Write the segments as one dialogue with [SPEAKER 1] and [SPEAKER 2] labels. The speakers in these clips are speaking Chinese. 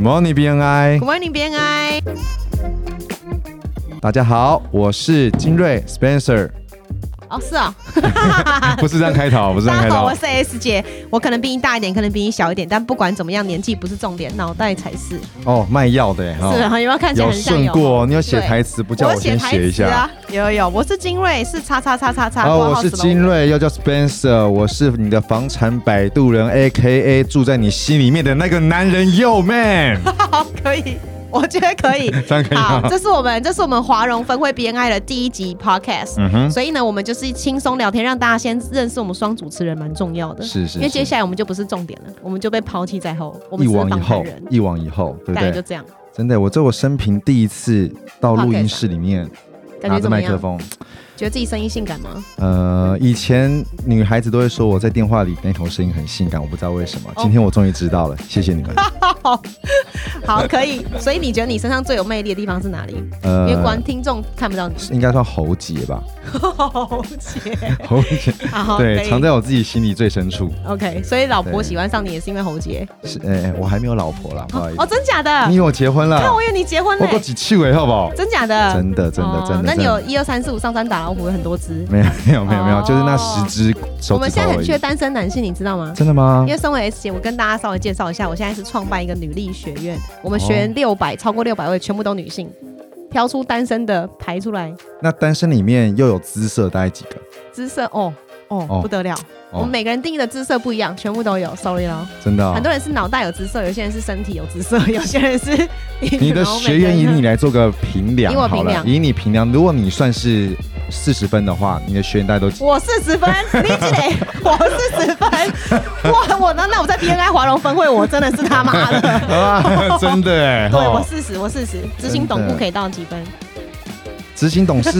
[SPEAKER 1] Morning BNI，
[SPEAKER 2] Good morning, BNI。
[SPEAKER 1] 大家好，我是金瑞 Spencer，
[SPEAKER 2] 哦，是哦，
[SPEAKER 1] 不是这样开 头，不是这样
[SPEAKER 2] 大
[SPEAKER 1] 开
[SPEAKER 2] 家好，
[SPEAKER 1] 头
[SPEAKER 2] 我。是 S 姐。我可能比你大一点，可能比你小一点，但不管怎么样，年纪不是重点，脑袋才是。
[SPEAKER 1] 哦，卖药的耶
[SPEAKER 2] 是是，有
[SPEAKER 1] 哈，
[SPEAKER 2] 没有看起来
[SPEAKER 1] 有
[SPEAKER 2] 很像
[SPEAKER 1] 顺
[SPEAKER 2] 有？
[SPEAKER 1] 过哦，你有写
[SPEAKER 2] 对
[SPEAKER 1] 台词，不
[SPEAKER 2] 我
[SPEAKER 1] 叫
[SPEAKER 2] 有
[SPEAKER 1] 我先
[SPEAKER 2] 台词
[SPEAKER 1] 写一下。
[SPEAKER 2] 啊。有有有，我是精锐，是叉叉叉叉叉。
[SPEAKER 1] 啊，
[SPEAKER 2] 括号
[SPEAKER 1] 我是
[SPEAKER 2] 什么
[SPEAKER 1] 金瑞，又叫 Spencer，我是你的房产摆渡人，A K A 住在你心里面的那个男人，Yo man，
[SPEAKER 2] 好，可以，我觉得 可以。
[SPEAKER 1] 这样可以
[SPEAKER 2] 好，
[SPEAKER 1] 吗？
[SPEAKER 2] 这是我们这是我们华融分会 BNI 的第一集 podcast，、
[SPEAKER 1] 嗯哼，
[SPEAKER 2] 所以呢，我们就是轻松聊天，让大家先认识我们双主持人，蛮重要的。
[SPEAKER 1] 是是
[SPEAKER 2] 啊因为接
[SPEAKER 1] 是，
[SPEAKER 2] 下来我们就不是重点了，我们就被抛弃在后，我们
[SPEAKER 1] 一
[SPEAKER 2] 只是
[SPEAKER 1] 往
[SPEAKER 2] 访
[SPEAKER 1] 以
[SPEAKER 2] 谈
[SPEAKER 1] 后
[SPEAKER 2] 人，，
[SPEAKER 1] 一往以后，对不
[SPEAKER 2] 大概
[SPEAKER 1] 对？
[SPEAKER 2] 就这样。
[SPEAKER 1] 真的，我这我生平第一次到录音室里面拿
[SPEAKER 2] 感觉
[SPEAKER 1] 着
[SPEAKER 2] 怎么
[SPEAKER 1] 麦克
[SPEAKER 2] 样？
[SPEAKER 1] 风，
[SPEAKER 2] 觉得自己声音性感吗？
[SPEAKER 1] 呃，以前女孩子都会说我在电话里那头声音很性感，我不知道为
[SPEAKER 2] 哦
[SPEAKER 1] 什么。今天我终于知道了，谢谢你 们。
[SPEAKER 2] 好，可以。所以你觉得你身上最有魅力的地方是哪里？因为
[SPEAKER 1] 呃，
[SPEAKER 2] 观听众看 不到你。
[SPEAKER 1] 应该算喉结吧，
[SPEAKER 2] 好姐，
[SPEAKER 1] 喉结
[SPEAKER 2] 好，可
[SPEAKER 1] 对，
[SPEAKER 2] 以
[SPEAKER 1] 藏在我自己心里最深处。
[SPEAKER 2] OK，所以老婆
[SPEAKER 1] 对
[SPEAKER 2] 喜欢上你也是因为喉结
[SPEAKER 1] 是，哎、哎我还没有老婆啦，不好意思，
[SPEAKER 2] 哦，真假的
[SPEAKER 1] 你？以为我结婚
[SPEAKER 2] 看
[SPEAKER 1] 了？
[SPEAKER 2] 我以为你结婚
[SPEAKER 1] 我
[SPEAKER 2] 嘞
[SPEAKER 1] 够，几气尾，好不好？
[SPEAKER 2] 真假的？
[SPEAKER 1] 真的，真的，
[SPEAKER 2] 哦
[SPEAKER 1] 真的。
[SPEAKER 2] 那
[SPEAKER 1] 真的
[SPEAKER 2] 你有一二三四五上山打老虎有很多只。
[SPEAKER 1] 没有？没有，没有，没有，
[SPEAKER 2] 哦
[SPEAKER 1] 就是那十只手
[SPEAKER 2] 我们
[SPEAKER 1] 指
[SPEAKER 2] 现
[SPEAKER 1] 头
[SPEAKER 2] 在
[SPEAKER 1] 而
[SPEAKER 2] 很
[SPEAKER 1] 已
[SPEAKER 2] 缺。单身男性，你知道吗？
[SPEAKER 1] 真的吗
[SPEAKER 2] 因？为身为 S 姐，我跟大家稍微介绍一下，我现在是创办一个女力学院，我们学
[SPEAKER 1] 哦
[SPEAKER 2] 员六百、超过六百位，全部都女性，挑出单身的排出来，
[SPEAKER 1] 那单身里面又有姿色，大概几个？
[SPEAKER 2] 姿色哦哦
[SPEAKER 1] 哦
[SPEAKER 2] 不得了，
[SPEAKER 1] 哦
[SPEAKER 2] 我们每个人定义的姿色不一样，全部都有，sorry 咯。
[SPEAKER 1] 真的、哦
[SPEAKER 2] 很。多人是脑袋有姿色，有些人是身体有姿色， 有些人是
[SPEAKER 1] 你的
[SPEAKER 2] you know，
[SPEAKER 1] 学员
[SPEAKER 2] 每
[SPEAKER 1] 以
[SPEAKER 2] 个人
[SPEAKER 1] 你来做个评量
[SPEAKER 2] 以我
[SPEAKER 1] 好
[SPEAKER 2] 评
[SPEAKER 1] 了，
[SPEAKER 2] 量
[SPEAKER 1] 以你评量，如果你算是四十分的话，你的学员大概都几？
[SPEAKER 2] 我四十分，你几 嘞？我四十分，我我那那我在 BNI 华融分会，我真的是他妈的，
[SPEAKER 1] 啊，真的哎，
[SPEAKER 2] 对我
[SPEAKER 1] 哦
[SPEAKER 2] 四十，我四十，执行董
[SPEAKER 1] 真
[SPEAKER 2] 不
[SPEAKER 1] 的
[SPEAKER 2] 可以到几分？
[SPEAKER 1] 执行董事，执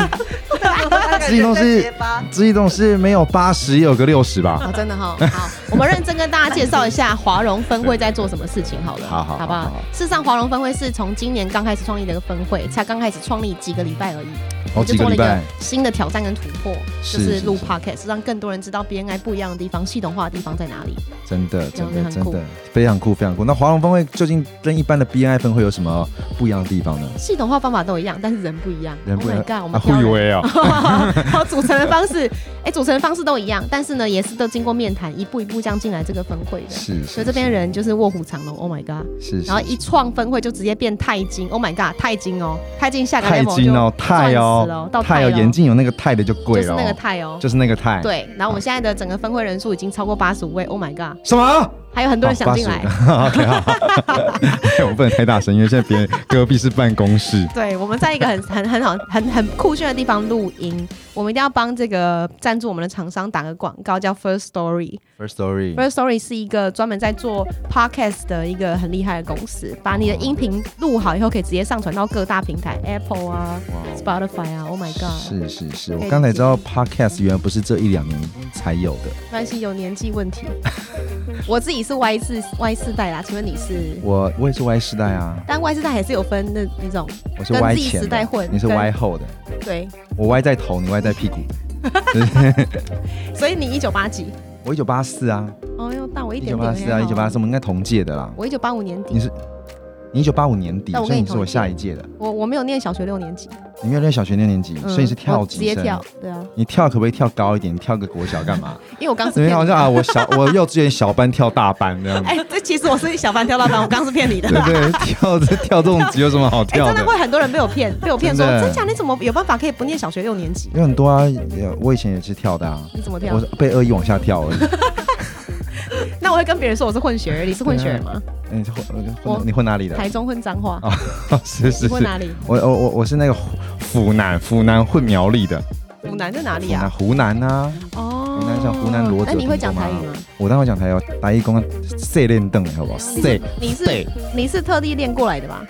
[SPEAKER 1] 行董事，执行董事没有八十也有个六十吧？
[SPEAKER 2] 哦，真的哈、好，我们认真跟大家介绍一下华融分会在做什么事情好了，
[SPEAKER 1] 好好好
[SPEAKER 2] 不
[SPEAKER 1] 好
[SPEAKER 2] 好
[SPEAKER 1] 好？
[SPEAKER 2] 事实上，华融分会是从今年刚开始创立的一个分会，才刚开始创立几个礼拜而已，
[SPEAKER 1] 哦，
[SPEAKER 2] 就
[SPEAKER 1] 几
[SPEAKER 2] 嗯做
[SPEAKER 1] 个
[SPEAKER 2] 了
[SPEAKER 1] 礼
[SPEAKER 2] 一个
[SPEAKER 1] 拜，
[SPEAKER 2] 新的挑战跟突破，就是是
[SPEAKER 1] 是
[SPEAKER 2] 录
[SPEAKER 1] 是
[SPEAKER 2] podcast，让更多人知道 BNI 不一样的地方、系统化的地方在哪里。
[SPEAKER 1] 真的，真的，
[SPEAKER 2] 很
[SPEAKER 1] 真
[SPEAKER 2] 酷
[SPEAKER 1] 的，非常酷，非常酷。那华龙分会究竟跟一般的 BNI 分会有什么不一样的地方呢？
[SPEAKER 2] 系统化方法都一样，但是人不一样。
[SPEAKER 1] 人不
[SPEAKER 2] oh
[SPEAKER 1] 能
[SPEAKER 2] my god，我
[SPEAKER 1] 啊
[SPEAKER 2] 们挑人、
[SPEAKER 1] 为 啊，
[SPEAKER 2] 好，组成的方式， 哎、组成的方式都一样，但是呢，也是都经过面谈，一步一步这样进来这个分会的。
[SPEAKER 1] 是，
[SPEAKER 2] 所
[SPEAKER 1] 所
[SPEAKER 2] 以这边人就是卧虎藏龙，Oh my god！
[SPEAKER 1] 是，
[SPEAKER 2] 然后
[SPEAKER 1] 是
[SPEAKER 2] 一创分会就直接变钛金，Oh my god，钛金哦，钛金下个
[SPEAKER 1] 钛
[SPEAKER 2] level
[SPEAKER 1] 金哦，钛
[SPEAKER 2] 钻石了
[SPEAKER 1] 哦，
[SPEAKER 2] 到
[SPEAKER 1] 钛
[SPEAKER 2] 钛
[SPEAKER 1] 哦，
[SPEAKER 2] 了
[SPEAKER 1] 眼镜有那个钛的就
[SPEAKER 2] 就
[SPEAKER 1] 贵
[SPEAKER 2] 就是
[SPEAKER 1] 了
[SPEAKER 2] 那个
[SPEAKER 1] 哦，
[SPEAKER 2] 钛哦，
[SPEAKER 1] 就是那个钛，
[SPEAKER 2] 对。然后我们现在的整个分会人数已经超过八十五位，Oh my god，
[SPEAKER 1] 什么？
[SPEAKER 2] 还有很多人想进来。
[SPEAKER 1] 哦85 OK，好， 我不能太大声，因为现在别人隔壁是办公室。
[SPEAKER 2] 对，我们在一个很很很好、很很酷炫的地方录音，我们一定要帮这个赞助我们的厂商打个广告，叫 First Story。
[SPEAKER 1] First story，
[SPEAKER 2] First Story 是一个专门在做 podcast 的一个很厉害的公司，把你的音频录好以后，可以直接上传到各大平台，Apple 啊、
[SPEAKER 1] 哇哦
[SPEAKER 2] Spotify 啊。Oh my god！
[SPEAKER 1] 是是是，
[SPEAKER 2] 可
[SPEAKER 1] 我
[SPEAKER 2] 以
[SPEAKER 1] 刚才知道
[SPEAKER 2] 理
[SPEAKER 1] podcast 原来不是这一两年才有的，
[SPEAKER 2] 没关系，有年纪问题。 我自己是 Y 世 Y 世代啦，请问你是？
[SPEAKER 1] 我我也是 Y 世代啊，
[SPEAKER 2] 但 Y 世代还是有分那那种
[SPEAKER 1] 我是
[SPEAKER 2] 跟
[SPEAKER 1] Y
[SPEAKER 2] 自己
[SPEAKER 1] 前
[SPEAKER 2] 时代混
[SPEAKER 1] 的，你是
[SPEAKER 2] 跟
[SPEAKER 1] Y 后的，
[SPEAKER 2] 对，
[SPEAKER 1] 我 Y 在头，你 Y 在屁股，
[SPEAKER 2] 所以你一九八几？
[SPEAKER 1] 我一九八四啊，
[SPEAKER 2] 哦哟，大我一
[SPEAKER 1] 一
[SPEAKER 2] 点
[SPEAKER 1] 九
[SPEAKER 2] 点。
[SPEAKER 1] 八四啊，一九八四，，我们应该同届的啦。
[SPEAKER 2] 我一九八五年
[SPEAKER 1] 你
[SPEAKER 2] 底，
[SPEAKER 1] 是你一九八五年底，
[SPEAKER 2] 但我
[SPEAKER 1] 所
[SPEAKER 2] 跟
[SPEAKER 1] 以
[SPEAKER 2] 你
[SPEAKER 1] 你是我
[SPEAKER 2] 同届
[SPEAKER 1] 下一届的，
[SPEAKER 2] 我我没有念小学六年级，
[SPEAKER 1] 你没有念小学六年级，
[SPEAKER 2] 嗯
[SPEAKER 1] 所以你是跳
[SPEAKER 2] 我
[SPEAKER 1] 级
[SPEAKER 2] 直接
[SPEAKER 1] 生
[SPEAKER 2] 跳，对啊，
[SPEAKER 1] 你跳可不可以跳高一点？你跳个国小干嘛？
[SPEAKER 2] 因为 我刚是
[SPEAKER 1] 怎么
[SPEAKER 2] 骗
[SPEAKER 1] 样？好
[SPEAKER 2] 你
[SPEAKER 1] 像啊，我小我幼稚园小班跳大班这样子。
[SPEAKER 2] 哎，这其实我是小班跳到班，我刚是骗你的
[SPEAKER 1] 对。对，跳这跳这种级有什么好
[SPEAKER 2] 哎、
[SPEAKER 1] 跳
[SPEAKER 2] 真
[SPEAKER 1] 的
[SPEAKER 2] 的？会很多人被我骗，被我骗说
[SPEAKER 1] 真的
[SPEAKER 2] 真假？你怎么有办法可以不念小学六年级？
[SPEAKER 1] 有很多啊，有我以前也是跳的啊，
[SPEAKER 2] 你怎么跳
[SPEAKER 1] 我？是被恶意往下跳而已。
[SPEAKER 2] 那我会跟别人说我是混血儿，你是混血儿吗？
[SPEAKER 1] 你是混呃
[SPEAKER 2] 我
[SPEAKER 1] 混你混哪里的？
[SPEAKER 2] 哦台中混彰化，
[SPEAKER 1] 啊哦， 是是
[SPEAKER 2] 你混
[SPEAKER 1] 是，
[SPEAKER 2] 哪里？
[SPEAKER 1] 我我我我是那个湖湖南湖南混苗栗的，
[SPEAKER 2] 湖南在
[SPEAKER 1] 湖
[SPEAKER 2] 哪里
[SPEAKER 1] 南
[SPEAKER 2] 啊？
[SPEAKER 1] 湖南啊，
[SPEAKER 2] 哦
[SPEAKER 1] 湖南像湖南罗子
[SPEAKER 2] 那
[SPEAKER 1] 有听过吗。
[SPEAKER 2] 你会讲台语吗？
[SPEAKER 1] 我当然会讲台语，台语讲色练凳好不好？
[SPEAKER 2] 你
[SPEAKER 1] 色
[SPEAKER 2] 是你
[SPEAKER 1] 对
[SPEAKER 2] 是你是特地练过来的吧？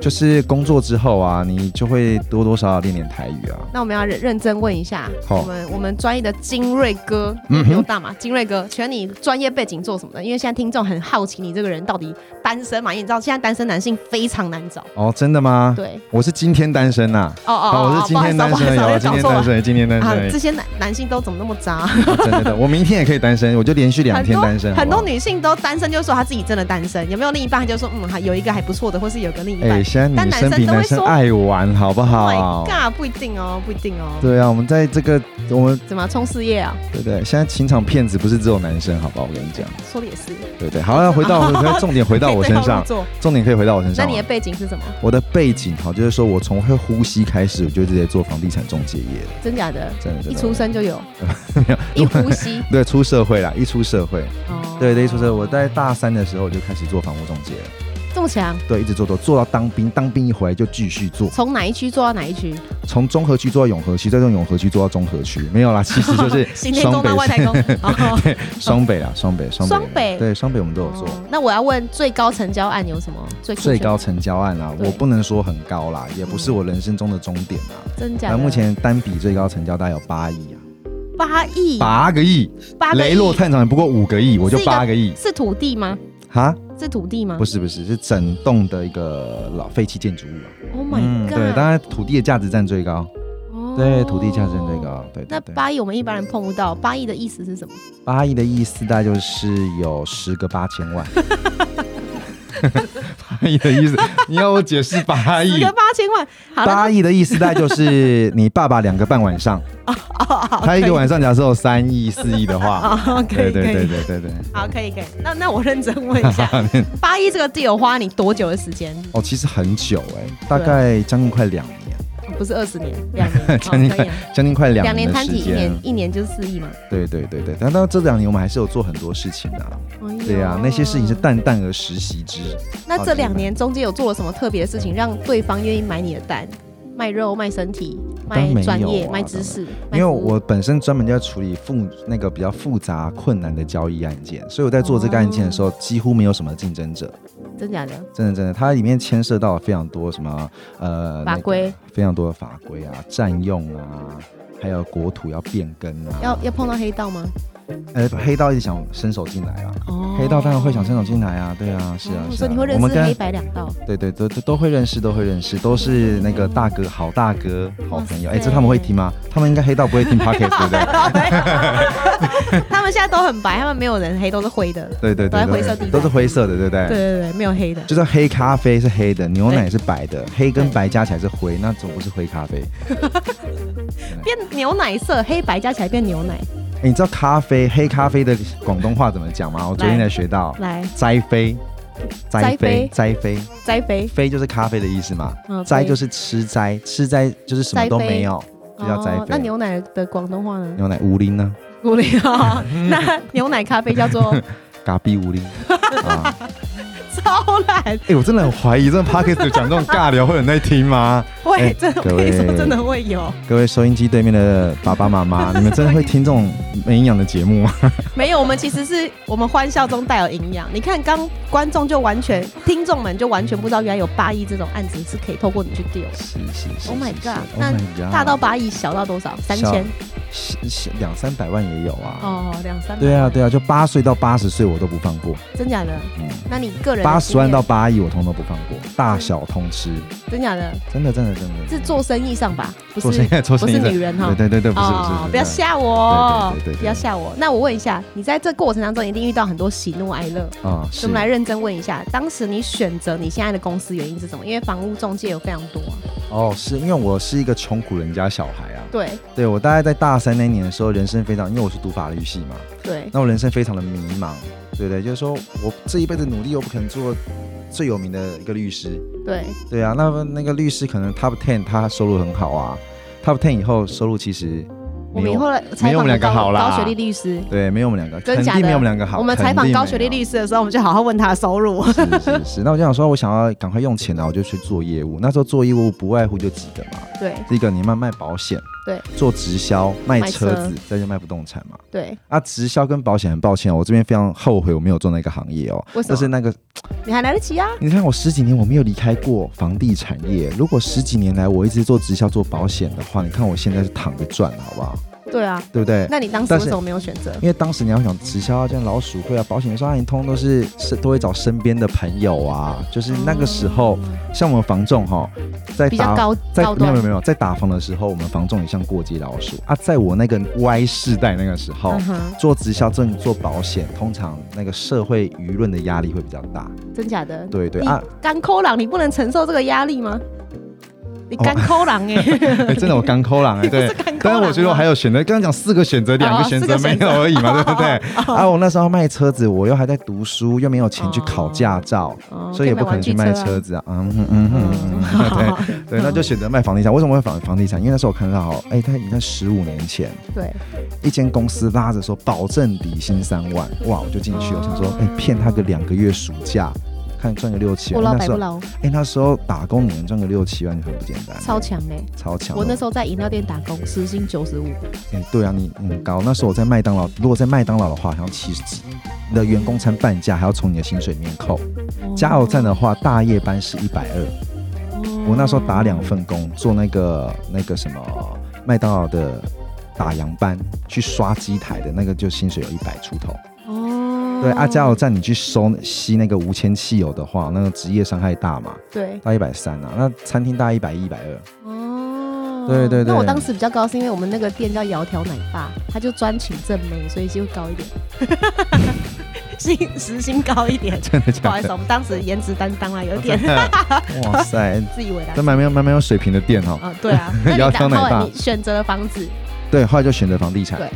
[SPEAKER 1] 就是工作之后啊，你就会多多少少练点台语啊。
[SPEAKER 2] 那我们要认认真问一下，
[SPEAKER 1] 好
[SPEAKER 2] 我们我们专业的精锐哥，
[SPEAKER 1] 嗯哼
[SPEAKER 2] 刘大嘛，精锐哥，请问你专业背景做什么的？因为现在听众很好奇你这个人到底单身嘛？因为你知道现在单身男性非常难找，
[SPEAKER 1] 哦，真的吗？
[SPEAKER 2] 对，
[SPEAKER 1] 我是今天单身呐、
[SPEAKER 2] 哦哦
[SPEAKER 1] 啊，
[SPEAKER 2] 哦，
[SPEAKER 1] 我是今天单身，有
[SPEAKER 2] 有
[SPEAKER 1] 今天单身，今天单身
[SPEAKER 2] 啊
[SPEAKER 1] 而，已，
[SPEAKER 2] 这些男男性都怎么那么渣？
[SPEAKER 1] 真的的，我明天也可以单身，我就连续 两天单身，
[SPEAKER 2] 很多
[SPEAKER 1] 好不好
[SPEAKER 2] 女性都单身，就说她自己真的单身，有没有另一半就说嗯，还有一个还不错的，或是有个另一
[SPEAKER 1] 哎、
[SPEAKER 2] 半。
[SPEAKER 1] 现在女生比
[SPEAKER 2] 但男生都会
[SPEAKER 1] 男生
[SPEAKER 2] 说
[SPEAKER 1] 爱玩，好不
[SPEAKER 2] Oh
[SPEAKER 1] 好
[SPEAKER 2] my god，不一定哦，不一定哦。
[SPEAKER 1] 对啊，我们在这个我们
[SPEAKER 2] 怎么冲事业啊？
[SPEAKER 1] 对不对？现在情场骗子不是只有男生，好不好？我跟你讲，
[SPEAKER 2] 说的也是。
[SPEAKER 1] 对不对？好，要回 到回到重点，回到我身上啊
[SPEAKER 2] 可以对号入，座
[SPEAKER 1] 重点可以回到我身
[SPEAKER 2] 那
[SPEAKER 1] 上
[SPEAKER 2] 你的
[SPEAKER 1] 了。
[SPEAKER 2] 背景是什么？
[SPEAKER 1] 我的背景哈，就是说我从会呼吸开始，我就直接做房地产中介业了，
[SPEAKER 2] 真假的？
[SPEAKER 1] 真的真的。
[SPEAKER 2] 一出生就有，
[SPEAKER 1] 没
[SPEAKER 2] 一
[SPEAKER 1] 有
[SPEAKER 2] 呼吸。
[SPEAKER 1] 对，出社会啦，一出社会，
[SPEAKER 2] 哦
[SPEAKER 1] 对对，一出社会，我在大三的时候我就开始做房屋中介了，
[SPEAKER 2] 这么强，
[SPEAKER 1] 对，一直做做做到当兵，当兵一回来就继续做，
[SPEAKER 2] 从哪一区做到哪一区？
[SPEAKER 1] 从中和区做到永和区，再从永和区做到中和区，没有 啦，其实就是
[SPEAKER 2] 行天
[SPEAKER 1] 双
[SPEAKER 2] 宫
[SPEAKER 1] 北
[SPEAKER 2] 到，外太 空。哦
[SPEAKER 1] 双北啦，双北，双北，
[SPEAKER 2] 双北
[SPEAKER 1] 对，双北我们都有做。
[SPEAKER 2] 哦那我要问最高成交案有什么？最酷
[SPEAKER 1] 最
[SPEAKER 2] 炫
[SPEAKER 1] 高成交案啊，
[SPEAKER 2] 对
[SPEAKER 1] 我不能说很高啦，也不是我人生中的终点啊。
[SPEAKER 2] 真假
[SPEAKER 1] 那
[SPEAKER 2] 的？
[SPEAKER 1] 目前单笔最高成交大概有八亿啊，
[SPEAKER 2] 八亿，
[SPEAKER 1] 八个亿，
[SPEAKER 2] 八个亿
[SPEAKER 1] 雷洛探长也不过五个亿，我就是
[SPEAKER 2] 一个
[SPEAKER 1] 八个亿
[SPEAKER 2] 是土地吗？
[SPEAKER 1] 哈，
[SPEAKER 2] 是土地吗
[SPEAKER 1] 不是不是，是整栋的一个老废弃建筑物啊。
[SPEAKER 2] ？Oh my god！
[SPEAKER 1] 对，当然土地的价值占最高，
[SPEAKER 2] 哦
[SPEAKER 1] 对，土地价值占最。高，对
[SPEAKER 2] 那
[SPEAKER 1] 对对。
[SPEAKER 2] 八亿我们一般人碰不到，八亿的意思是什么？
[SPEAKER 1] 八亿的意思大概就是有十个八千万。八亿的意思，你要我解释八
[SPEAKER 2] 十
[SPEAKER 1] 亿
[SPEAKER 2] 个？八千万，好
[SPEAKER 1] 八
[SPEAKER 2] 了，
[SPEAKER 1] 亿的意思大概就是你爸爸两个半晚 上，他一个晚上假设有三亿四亿的话，
[SPEAKER 2] 啊，可
[SPEAKER 1] 对
[SPEAKER 2] 以
[SPEAKER 1] 对
[SPEAKER 2] 可
[SPEAKER 1] 对
[SPEAKER 2] 以，
[SPEAKER 1] 对对对。
[SPEAKER 2] 好，可以可以。那那我认真问一 下，八亿这个 deal 花你多久的时间？
[SPEAKER 1] 哦，其实很久哎，大概将近快两年，
[SPEAKER 2] 不是二十年， 两年，好
[SPEAKER 1] 将近
[SPEAKER 2] 可
[SPEAKER 1] 快
[SPEAKER 2] 以啊。
[SPEAKER 1] 将近快两
[SPEAKER 2] 两
[SPEAKER 1] 年
[SPEAKER 2] 年
[SPEAKER 1] 的
[SPEAKER 2] 摊
[SPEAKER 1] 时
[SPEAKER 2] 提一
[SPEAKER 1] 间
[SPEAKER 2] 年，，一年就是四亿嘛。
[SPEAKER 1] 对对对对。但到这两年我们还是有做很多事情的啊，
[SPEAKER 2] 哎呦
[SPEAKER 1] 对啊，那些事情是。淡淡而实习之。
[SPEAKER 2] 那这两年中间有做了什么特别的事情，让对方愿意买你的单？卖肉、卖身体、
[SPEAKER 1] 当然
[SPEAKER 2] 卖
[SPEAKER 1] 没有
[SPEAKER 2] 专业、
[SPEAKER 1] 啊
[SPEAKER 2] 卖知识，
[SPEAKER 1] 因
[SPEAKER 2] 卖
[SPEAKER 1] 为
[SPEAKER 2] 服务
[SPEAKER 1] 啊我本身专门就在处理复那个比较复杂困难的交易案件，所以我在做这个案件的时候，几乎没有什么竞争者。
[SPEAKER 2] 真假的
[SPEAKER 1] 真的真的，它里面牵涉到了非常多什么呃
[SPEAKER 2] 法，规
[SPEAKER 1] 那个非常多的法规啊、占用啊，还有国土要变更啊。
[SPEAKER 2] 要要碰到黑道吗？
[SPEAKER 1] 呃，黑道一直想伸手进来啊，
[SPEAKER 2] 哦
[SPEAKER 1] 黑道当然会想伸手进来啊，对啊，是啊，
[SPEAKER 2] 哦
[SPEAKER 1] 是
[SPEAKER 2] 所
[SPEAKER 1] 啊
[SPEAKER 2] 以你会。认
[SPEAKER 1] 我们
[SPEAKER 2] 识黑
[SPEAKER 1] 跟
[SPEAKER 2] 白两 道，
[SPEAKER 1] 对对都都都会认识，都会认识，都是那个大哥、好大哥、好朋友。
[SPEAKER 2] 哇
[SPEAKER 1] 哎，
[SPEAKER 2] 塞
[SPEAKER 1] 这他们会听吗？他们应该黑道不会听 Pocket 对不对？
[SPEAKER 2] 他们现在都很白，他们没有人黑，都是灰的。
[SPEAKER 1] 对对
[SPEAKER 2] 都
[SPEAKER 1] 对
[SPEAKER 2] 在灰色地
[SPEAKER 1] 对，
[SPEAKER 2] 带
[SPEAKER 1] 都是灰色的，对不对？
[SPEAKER 2] 对对对，没有黑的。
[SPEAKER 1] 就是黑咖啡是黑的，牛奶是白的，黑跟白加起来是灰，那总不是灰咖啡。
[SPEAKER 2] 变牛奶色，黑白加起来变牛奶。
[SPEAKER 1] 欸你知道咖啡黑咖啡的广东话怎么讲吗？我昨天才学 到，
[SPEAKER 2] 来，
[SPEAKER 1] 摘飞，摘
[SPEAKER 2] 摘
[SPEAKER 1] 飞
[SPEAKER 2] 飞，
[SPEAKER 1] 摘飞，
[SPEAKER 2] 摘杯，
[SPEAKER 1] 飞就是咖啡的意思嘛
[SPEAKER 2] 嗯，
[SPEAKER 1] 摘
[SPEAKER 2] 飞
[SPEAKER 1] 就是吃摘，吃摘就是什么
[SPEAKER 2] 摘
[SPEAKER 1] 都
[SPEAKER 2] 飞
[SPEAKER 1] 没有，就叫摘
[SPEAKER 2] 哦那
[SPEAKER 1] 飞。
[SPEAKER 2] 牛奶的广东话呢？
[SPEAKER 1] 牛奶无林呢？
[SPEAKER 2] 鼓励啊。
[SPEAKER 1] 嗯
[SPEAKER 2] 那牛奶咖啡叫做
[SPEAKER 1] 嘎逼无林 啊！
[SPEAKER 2] 超懒。
[SPEAKER 1] 哎，我真的很怀疑，这 p o d c a s 讲这种尬聊会有人在听吗？哎
[SPEAKER 2] 喂，真的，
[SPEAKER 1] 各
[SPEAKER 2] 我跟你说
[SPEAKER 1] 位，
[SPEAKER 2] 真的会有。
[SPEAKER 1] 各位收音机对面的爸爸妈 妈，你们真的会听这种没营养的节目吗？
[SPEAKER 2] 没有，我们其实是我们欢笑中带有营养。你看，刚观众就完全，听众们就完全不知道，原来有八亿这种案子是可以透过你去丢。
[SPEAKER 1] 是是是
[SPEAKER 2] Oh my god！
[SPEAKER 1] 那
[SPEAKER 2] 那大到八亿，小到多少？三
[SPEAKER 1] 啊小
[SPEAKER 2] 千
[SPEAKER 1] 两三百万也有啊。
[SPEAKER 2] 哦，两三百。
[SPEAKER 1] 对啊，，对啊，就八岁到八十岁我都不放过，
[SPEAKER 2] 真假的？
[SPEAKER 1] 嗯，
[SPEAKER 2] 那你个人的
[SPEAKER 1] 八十万
[SPEAKER 2] 经验
[SPEAKER 1] 到八亿我通通不放过，大小通吃，
[SPEAKER 2] 真假的？
[SPEAKER 1] 真的真的真的。
[SPEAKER 2] 是做生意上吧？不
[SPEAKER 1] 做
[SPEAKER 2] 是
[SPEAKER 1] 生意，做生意
[SPEAKER 2] 不
[SPEAKER 1] 的
[SPEAKER 2] 是女人哈
[SPEAKER 1] 对对对对，不是不是，
[SPEAKER 2] 哦
[SPEAKER 1] 是
[SPEAKER 2] 不要
[SPEAKER 1] 是
[SPEAKER 2] 吓我哦，
[SPEAKER 1] 对对对对对
[SPEAKER 2] 不要吓我。那我问一下，你在这过程当中一定遇到很多喜怒哀乐，
[SPEAKER 1] 啊，
[SPEAKER 2] 所以
[SPEAKER 1] 是
[SPEAKER 2] 我们来认真问一下，当时你选择你现在的公司原因是什么？因为房屋中介有非常多啊，
[SPEAKER 1] 哦，是因为我是一个穷苦人家小孩啊，
[SPEAKER 2] 对
[SPEAKER 1] 对我大概在大三那一年的时候，人生非常，因为我是读法律系嘛，
[SPEAKER 2] 对，
[SPEAKER 1] 那我人生非常的迷茫，对对，就是说我这一辈子努力，我不可能做最有名的一个律师，
[SPEAKER 2] 对，
[SPEAKER 1] 对啊，那那个律师可能 top ten 他收入很好啊，top ten 以后收入其实
[SPEAKER 2] 我
[SPEAKER 1] 没
[SPEAKER 2] 们以
[SPEAKER 1] 有
[SPEAKER 2] 后来
[SPEAKER 1] 没
[SPEAKER 2] 采
[SPEAKER 1] 有我们
[SPEAKER 2] 访
[SPEAKER 1] 两个
[SPEAKER 2] 高
[SPEAKER 1] 好啦
[SPEAKER 2] 高学历律师，
[SPEAKER 1] 对，没有我们两个，
[SPEAKER 2] 真
[SPEAKER 1] 肯
[SPEAKER 2] 假
[SPEAKER 1] 定
[SPEAKER 2] 的
[SPEAKER 1] 没有我们两个好。
[SPEAKER 2] 我们采访高学历
[SPEAKER 1] 肯
[SPEAKER 2] 律师的时候，我们就好好问他的收入。
[SPEAKER 1] 定 没有。是是是，那我就想说，我想要赶快用钱啊，我就去做业务。那时候做业务不外乎就几个嘛，
[SPEAKER 2] 对
[SPEAKER 1] 第一个你卖卖保险，
[SPEAKER 2] 对，
[SPEAKER 1] 做直销卖
[SPEAKER 2] 卖
[SPEAKER 1] 车
[SPEAKER 2] 车
[SPEAKER 1] 子，再就卖不动产嘛。
[SPEAKER 2] 对，
[SPEAKER 1] 啊，直销跟保险，很抱歉，我这边非常后悔我没有做那个行业哦。
[SPEAKER 2] 为什么
[SPEAKER 1] 但是那个，
[SPEAKER 2] 你还来得及啊。
[SPEAKER 1] 你看我十几年我没有离开过房地产业，如果十几年来我一直做直销做保险的话，你看我现在是躺着赚，好不好？
[SPEAKER 2] 对啊，
[SPEAKER 1] 对不对？
[SPEAKER 2] 那你当时
[SPEAKER 1] 但是
[SPEAKER 2] 为什么没有选择？
[SPEAKER 1] 因为当时你要想直销啊，像老鼠会啊、保险商，你通通都是是都会找身边的朋友啊。就是那个时候，像我们房仲哈，在
[SPEAKER 2] 比较
[SPEAKER 1] 打
[SPEAKER 2] 高
[SPEAKER 1] 在
[SPEAKER 2] 高
[SPEAKER 1] 没有没有
[SPEAKER 2] 端，
[SPEAKER 1] 没有在打房的时候，我们房仲也像过街老鼠啊。在我那个 Y 世代那个时候，
[SPEAKER 2] 嗯哼，
[SPEAKER 1] 做直销、正做保险，通常那个社会舆论的压力会比较大。
[SPEAKER 2] 真假的？
[SPEAKER 1] 对对
[SPEAKER 2] 你
[SPEAKER 1] 啊，
[SPEAKER 2] 干抠狼，你不能承受这个压力吗？你
[SPEAKER 1] 哦
[SPEAKER 2] 干抠狼哎，
[SPEAKER 1] 哎真的我刚抠狼哎，
[SPEAKER 2] 你不 是
[SPEAKER 1] 对
[SPEAKER 2] 刚抠。
[SPEAKER 1] 但是我
[SPEAKER 2] 狼
[SPEAKER 1] 觉得我
[SPEAKER 2] 吗
[SPEAKER 1] 还有选择，刚刚讲四个选择，两个
[SPEAKER 2] 哦
[SPEAKER 1] 选
[SPEAKER 2] 四
[SPEAKER 1] 择
[SPEAKER 2] 个
[SPEAKER 1] 没
[SPEAKER 2] 选择哦
[SPEAKER 1] 有而已嘛，对不 对？啊，我那时候卖车子，我又还在读书，又没有钱去考
[SPEAKER 2] 哦
[SPEAKER 1] 驾照，
[SPEAKER 2] 哦
[SPEAKER 1] 所以也不可能去卖车。子啊。嗯哼嗯哼嗯
[SPEAKER 2] 可以买玩具车
[SPEAKER 1] 哼，
[SPEAKER 2] 啊嗯
[SPEAKER 1] 对对，那就选择卖房地产。为什么会房房地产？因为那时候我看到，哎，他你看十五年前，
[SPEAKER 2] 对，
[SPEAKER 1] 一间公司拉着说保证底薪三万，哇，我就进去，我
[SPEAKER 2] 哦
[SPEAKER 1] 想说，哎，骗他个两个月暑假，看赚个六七
[SPEAKER 2] 不
[SPEAKER 1] 万。
[SPEAKER 2] 老
[SPEAKER 1] 那
[SPEAKER 2] 白
[SPEAKER 1] 时
[SPEAKER 2] 不
[SPEAKER 1] 候，
[SPEAKER 2] 老，
[SPEAKER 1] 哎，那时候打工你能赚个六七万就很不简单，
[SPEAKER 2] 超强哎！
[SPEAKER 1] 超强的。哦
[SPEAKER 2] 我那时候在饮料店打工，时薪九十五，
[SPEAKER 1] 哎、对啊，你你很高。那时候我在麦当劳，如果在麦当劳的话，好像七十几。你的员工餐半价还要从你的薪水里面扣。加油站的话，大夜班是一百二。
[SPEAKER 2] 哦，
[SPEAKER 1] 我那时候打两份工，做那个那个什么麦当劳的打烊班，去刷机台的那个，就薪水有一百出头。
[SPEAKER 2] 哦，
[SPEAKER 1] 对啊，加油站你去收吸那个无铅汽油的话，那个职业伤害大嘛，
[SPEAKER 2] 对
[SPEAKER 1] 大一百三啊。那餐厅大一百一百二。
[SPEAKER 2] 哦，
[SPEAKER 1] 对对对
[SPEAKER 2] 那我当时比较高，是因为我们那个店叫窈窕奶爸，他就专请正妹，所以就高一点， 薪时薪高一点。
[SPEAKER 1] 真的哦
[SPEAKER 2] 不好
[SPEAKER 1] 假
[SPEAKER 2] 意思，
[SPEAKER 1] 的？
[SPEAKER 2] 我们当时颜值担当啊，有点
[SPEAKER 1] 哇塞，
[SPEAKER 2] 自以为啦
[SPEAKER 1] 这。蛮没有蛮没有水平的店哦哈、
[SPEAKER 2] 啊，对啊，那你
[SPEAKER 1] 窈
[SPEAKER 2] 打
[SPEAKER 1] 窕
[SPEAKER 2] 后
[SPEAKER 1] 奶爸
[SPEAKER 2] 来你选择了房子，
[SPEAKER 1] 对，后来就选择房地产。
[SPEAKER 2] 对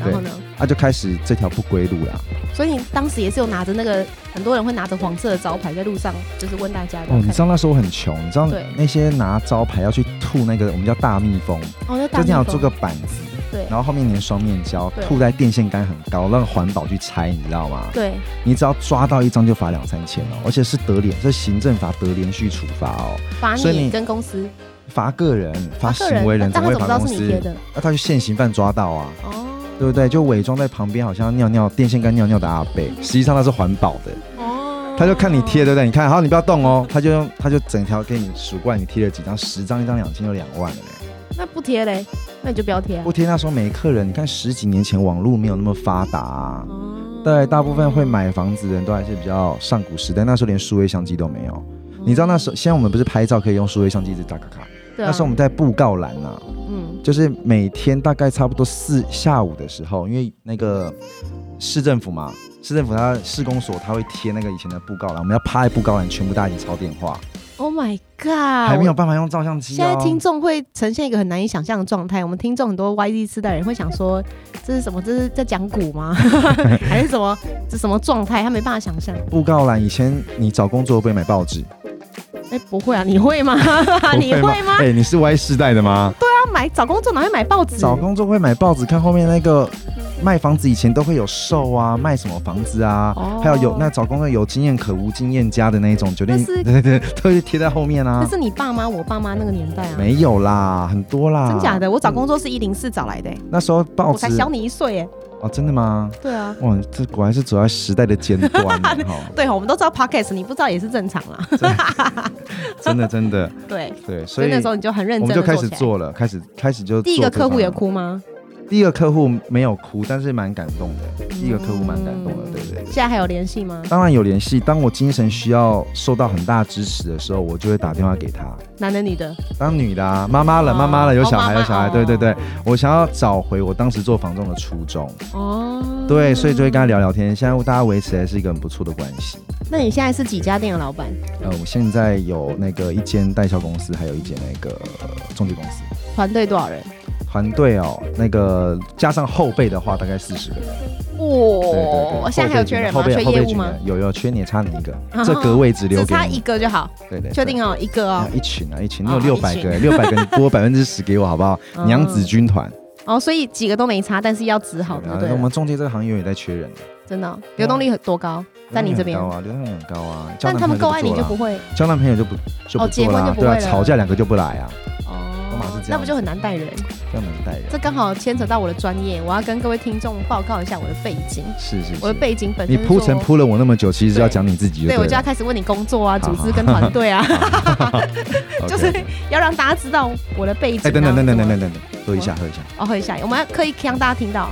[SPEAKER 2] 然后呢？
[SPEAKER 1] 啊，就开始这条不归路啦。
[SPEAKER 2] 所以你当时也是有拿着那个，很多人会拿着黄色的招牌在路上，就是问大家要不
[SPEAKER 1] 哦，
[SPEAKER 2] 要
[SPEAKER 1] 你
[SPEAKER 2] 看
[SPEAKER 1] 知道那时候我很穷，你知道
[SPEAKER 2] 对
[SPEAKER 1] 那些拿招牌要去吐那个我们叫大蜜蜂，
[SPEAKER 2] 哦，那
[SPEAKER 1] 就
[SPEAKER 2] 大
[SPEAKER 1] 这样
[SPEAKER 2] 蜜蜂
[SPEAKER 1] 做个板子，
[SPEAKER 2] 对
[SPEAKER 1] 然后后面粘双面胶，
[SPEAKER 2] 对
[SPEAKER 1] 吐在电线杆很高，让环保去拆，你知道吗？
[SPEAKER 2] 对，
[SPEAKER 1] 你只要抓到一张就罚两三千哦，而且是得连，这行政罚得连续处罚哦，
[SPEAKER 2] 罚
[SPEAKER 1] 所以你
[SPEAKER 2] 你跟公司啊
[SPEAKER 1] 罚个人，罚
[SPEAKER 2] 个
[SPEAKER 1] 行为人，
[SPEAKER 2] 那
[SPEAKER 1] 怎
[SPEAKER 2] 他
[SPEAKER 1] 么会
[SPEAKER 2] 怎么知
[SPEAKER 1] 罚
[SPEAKER 2] 道
[SPEAKER 1] 公
[SPEAKER 2] 是你贴
[SPEAKER 1] 司？
[SPEAKER 2] 的？
[SPEAKER 1] 那他就现行犯抓到啊，
[SPEAKER 2] 哦
[SPEAKER 1] 对不对？就伪装在旁边好像尿尿电线杆尿尿的阿贝，实际上那是环保的。
[SPEAKER 2] 哦，
[SPEAKER 1] 他就看你贴，对不对？你看，好，你不要动哦。他就用，他就整条给你数过来，你贴了几张，十张，一张两千就两万了嘞。
[SPEAKER 2] 那不贴嘞，那你就不要贴啊
[SPEAKER 1] 不。贴那时候没客人，你看十几年前网络没有那么发达、啊，
[SPEAKER 2] 哦
[SPEAKER 1] 对，大部分会买房子的人都还是比较上古时代，那时候连数位相机都没有。你知道那时候，现在我们不是拍照可以用数位相机一直打卡卡，
[SPEAKER 2] 对啊
[SPEAKER 1] 那时候我们在布告栏呐、啊，
[SPEAKER 2] 嗯
[SPEAKER 1] 就是每天大概差不多四下午的时候，因为那个市政府嘛，市政府它市公所它会贴那个以前的布告栏，我们要趴在布告栏，全部大家一起抄电话。
[SPEAKER 2] ，Oh my God，
[SPEAKER 1] 还没有
[SPEAKER 2] 我。
[SPEAKER 1] 办法用照相机、哦。
[SPEAKER 2] 现在听众会呈现一个很难以想象的状态。我们听众很多 YZ 世代人会想说，这是什么？这是在讲 股吗？还是什么？这什么状态？他没办法想象。
[SPEAKER 1] 布告栏，以前你找工作会不会买报纸？
[SPEAKER 2] 哎、不会 啊，你会吗？你
[SPEAKER 1] 不
[SPEAKER 2] 会吗？
[SPEAKER 1] 哎、你是 Y 世代的吗？
[SPEAKER 2] 要买找工作哪会买报纸？
[SPEAKER 1] 找工作会买报纸，看后面那个
[SPEAKER 2] 嗯
[SPEAKER 1] 卖房子以前都会有售啊，卖什么房子啊，
[SPEAKER 2] 哦
[SPEAKER 1] 还有有那找工作有经验可无经验加的那一种酒店，
[SPEAKER 2] 但
[SPEAKER 1] 对
[SPEAKER 2] 是
[SPEAKER 1] 对对，都会贴在后面啊
[SPEAKER 2] 那。是你爸妈、我爸妈那个年代啊。
[SPEAKER 1] 没有啦，很多啦。
[SPEAKER 2] 真假的？我找工作是一零四找来的、欸，
[SPEAKER 1] 那时候报
[SPEAKER 2] 我
[SPEAKER 1] 纸
[SPEAKER 2] 才小你一岁哎、
[SPEAKER 1] 哦，真的吗？
[SPEAKER 2] 对啊，
[SPEAKER 1] 哇，这果然是走在时代的尖端哈、 齁
[SPEAKER 2] 对哦，我们都知道 podcast，你不知道也是正常啊啦。
[SPEAKER 1] 真的真的
[SPEAKER 2] 对，
[SPEAKER 1] 对，所
[SPEAKER 2] 所以
[SPEAKER 1] 以
[SPEAKER 2] 那时候你就很认
[SPEAKER 1] 我
[SPEAKER 2] 真
[SPEAKER 1] 们
[SPEAKER 2] 的
[SPEAKER 1] 就开始
[SPEAKER 2] 做起来。
[SPEAKER 1] 做了，开始开始就
[SPEAKER 2] 第一个
[SPEAKER 1] 做这方
[SPEAKER 2] 客户
[SPEAKER 1] 面
[SPEAKER 2] 有哭吗？
[SPEAKER 1] 第一个客户没有哭，但是蛮感动的。第一个客户蛮感动的，对对对。
[SPEAKER 2] 现在还有联系吗？
[SPEAKER 1] 当然有联系，当我精神需要受到很大支持的时候，我就会打电话给他。
[SPEAKER 2] 男的女的？
[SPEAKER 1] 当女的啊，妈妈了，
[SPEAKER 2] 哦
[SPEAKER 1] 妈妈了，有小
[SPEAKER 2] 哦
[SPEAKER 1] 孩，
[SPEAKER 2] 妈妈
[SPEAKER 1] 有小孩，
[SPEAKER 2] 哦
[SPEAKER 1] 对对对，我想要找回我当时做房仲的初衷，
[SPEAKER 2] 哦，
[SPEAKER 1] 对，所以就会跟他聊聊天。现在大家维持还是一个很不错的关系。
[SPEAKER 2] 那你现在是几家店的老板？
[SPEAKER 1] 呃，我现在有那个一间代销公司，还有一间那个呃中介公司，
[SPEAKER 2] 团队多少人？
[SPEAKER 1] 团队哦，那个加上后辈的话，大概四十个人。
[SPEAKER 2] 哇、
[SPEAKER 1] 对对对，
[SPEAKER 2] 哦现在还有缺人吗？
[SPEAKER 1] 后
[SPEAKER 2] 缺
[SPEAKER 1] 备后
[SPEAKER 2] 业
[SPEAKER 1] 备
[SPEAKER 2] 务
[SPEAKER 1] 军
[SPEAKER 2] 吗
[SPEAKER 1] 人？有有缺你，差你一个，
[SPEAKER 2] 啊
[SPEAKER 1] 这个位置留
[SPEAKER 2] 只
[SPEAKER 1] 给
[SPEAKER 2] 差一
[SPEAKER 1] 你。
[SPEAKER 2] 个就好，
[SPEAKER 1] 对对，
[SPEAKER 2] 确定
[SPEAKER 1] 哦。
[SPEAKER 2] 哦，一个哦
[SPEAKER 1] 啊，。一群啊，一群，你
[SPEAKER 2] 哦
[SPEAKER 1] 有六百个，六百个你拨百分之十给我好不好？
[SPEAKER 2] 嗯
[SPEAKER 1] 娘子军团，
[SPEAKER 2] 哦，所以几个都没差，但是要指好的，
[SPEAKER 1] 啊
[SPEAKER 2] 对
[SPEAKER 1] 我
[SPEAKER 2] 了
[SPEAKER 1] 们中介这个行业也在缺人，
[SPEAKER 2] 真的哦、流动率很多高，在你这边
[SPEAKER 1] 流，动率很高啊，流动率很高啊。交
[SPEAKER 2] 但
[SPEAKER 1] 男
[SPEAKER 2] 他们
[SPEAKER 1] 朋友
[SPEAKER 2] 够爱你就
[SPEAKER 1] 做
[SPEAKER 2] 不
[SPEAKER 1] 啦，
[SPEAKER 2] 会
[SPEAKER 1] 交男朋友就不就
[SPEAKER 2] 哦
[SPEAKER 1] 不
[SPEAKER 2] 结
[SPEAKER 1] 做
[SPEAKER 2] 婚
[SPEAKER 1] 啦
[SPEAKER 2] 就，不
[SPEAKER 1] 对啊，
[SPEAKER 2] 会了
[SPEAKER 1] 吵架两个就不来啊，
[SPEAKER 2] 哦
[SPEAKER 1] 都嘛是这样
[SPEAKER 2] 那不就很难带人？
[SPEAKER 1] 这样能带人？
[SPEAKER 2] 这刚好牵扯到我的专业，我要跟各位听众报告一下我的背景。
[SPEAKER 1] 是是是，
[SPEAKER 2] 我的背景本身
[SPEAKER 1] 你
[SPEAKER 2] 是
[SPEAKER 1] 铺陈
[SPEAKER 2] 做
[SPEAKER 1] 铺了我那么久，其实是要讲你自己就
[SPEAKER 2] 对，
[SPEAKER 1] 了
[SPEAKER 2] 我就要开始问你工作啊、
[SPEAKER 1] 好
[SPEAKER 2] 组
[SPEAKER 1] 好
[SPEAKER 2] 织跟团队啊，
[SPEAKER 1] OK，
[SPEAKER 2] 就是
[SPEAKER 1] OK
[SPEAKER 2] 要让大家知道我的背景、啊。
[SPEAKER 1] 哎，等等等等等等
[SPEAKER 2] 等，
[SPEAKER 1] 等等，喝一下喝一下，
[SPEAKER 2] 哦，喝一下，我们要刻意让大家听到。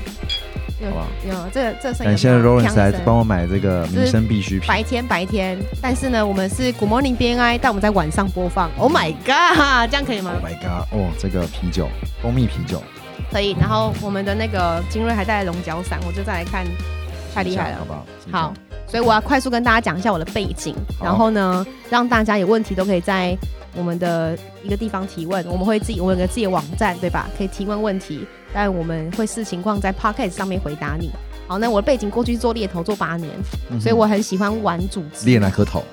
[SPEAKER 2] 有
[SPEAKER 1] 好不好？
[SPEAKER 2] 有，这个这个声音
[SPEAKER 1] 感
[SPEAKER 2] 有
[SPEAKER 1] 谢
[SPEAKER 2] 没有
[SPEAKER 1] Lawrence 来
[SPEAKER 2] 呛声
[SPEAKER 1] 帮我买这个民生必需品。
[SPEAKER 2] 白天白天，但是呢，我们是 Good Morning BNI，但我们在晚上播放。Oh my god，这样可以吗
[SPEAKER 1] Oh？my god！哦，这个啤酒，蜂蜜啤酒，
[SPEAKER 2] 可以。然后我们的那个金瑞还带龙角散，我就再来看，太厉害
[SPEAKER 1] 好
[SPEAKER 2] 了。
[SPEAKER 1] 不好？试一下
[SPEAKER 2] 好，，所以我要快速跟大家讲一下我的背景，
[SPEAKER 1] 好
[SPEAKER 2] 然后呢，让大家有问题都可以在我们的一个地方提问。我们会自己，我们有个自己的网站，对吧？可以提问问题，但我们会视情况在 Podcast 上面回答你。好，那我的背景过去是做猎头做八年，
[SPEAKER 1] 嗯
[SPEAKER 2] 所以我很喜欢玩组织
[SPEAKER 1] 猎哪颗头？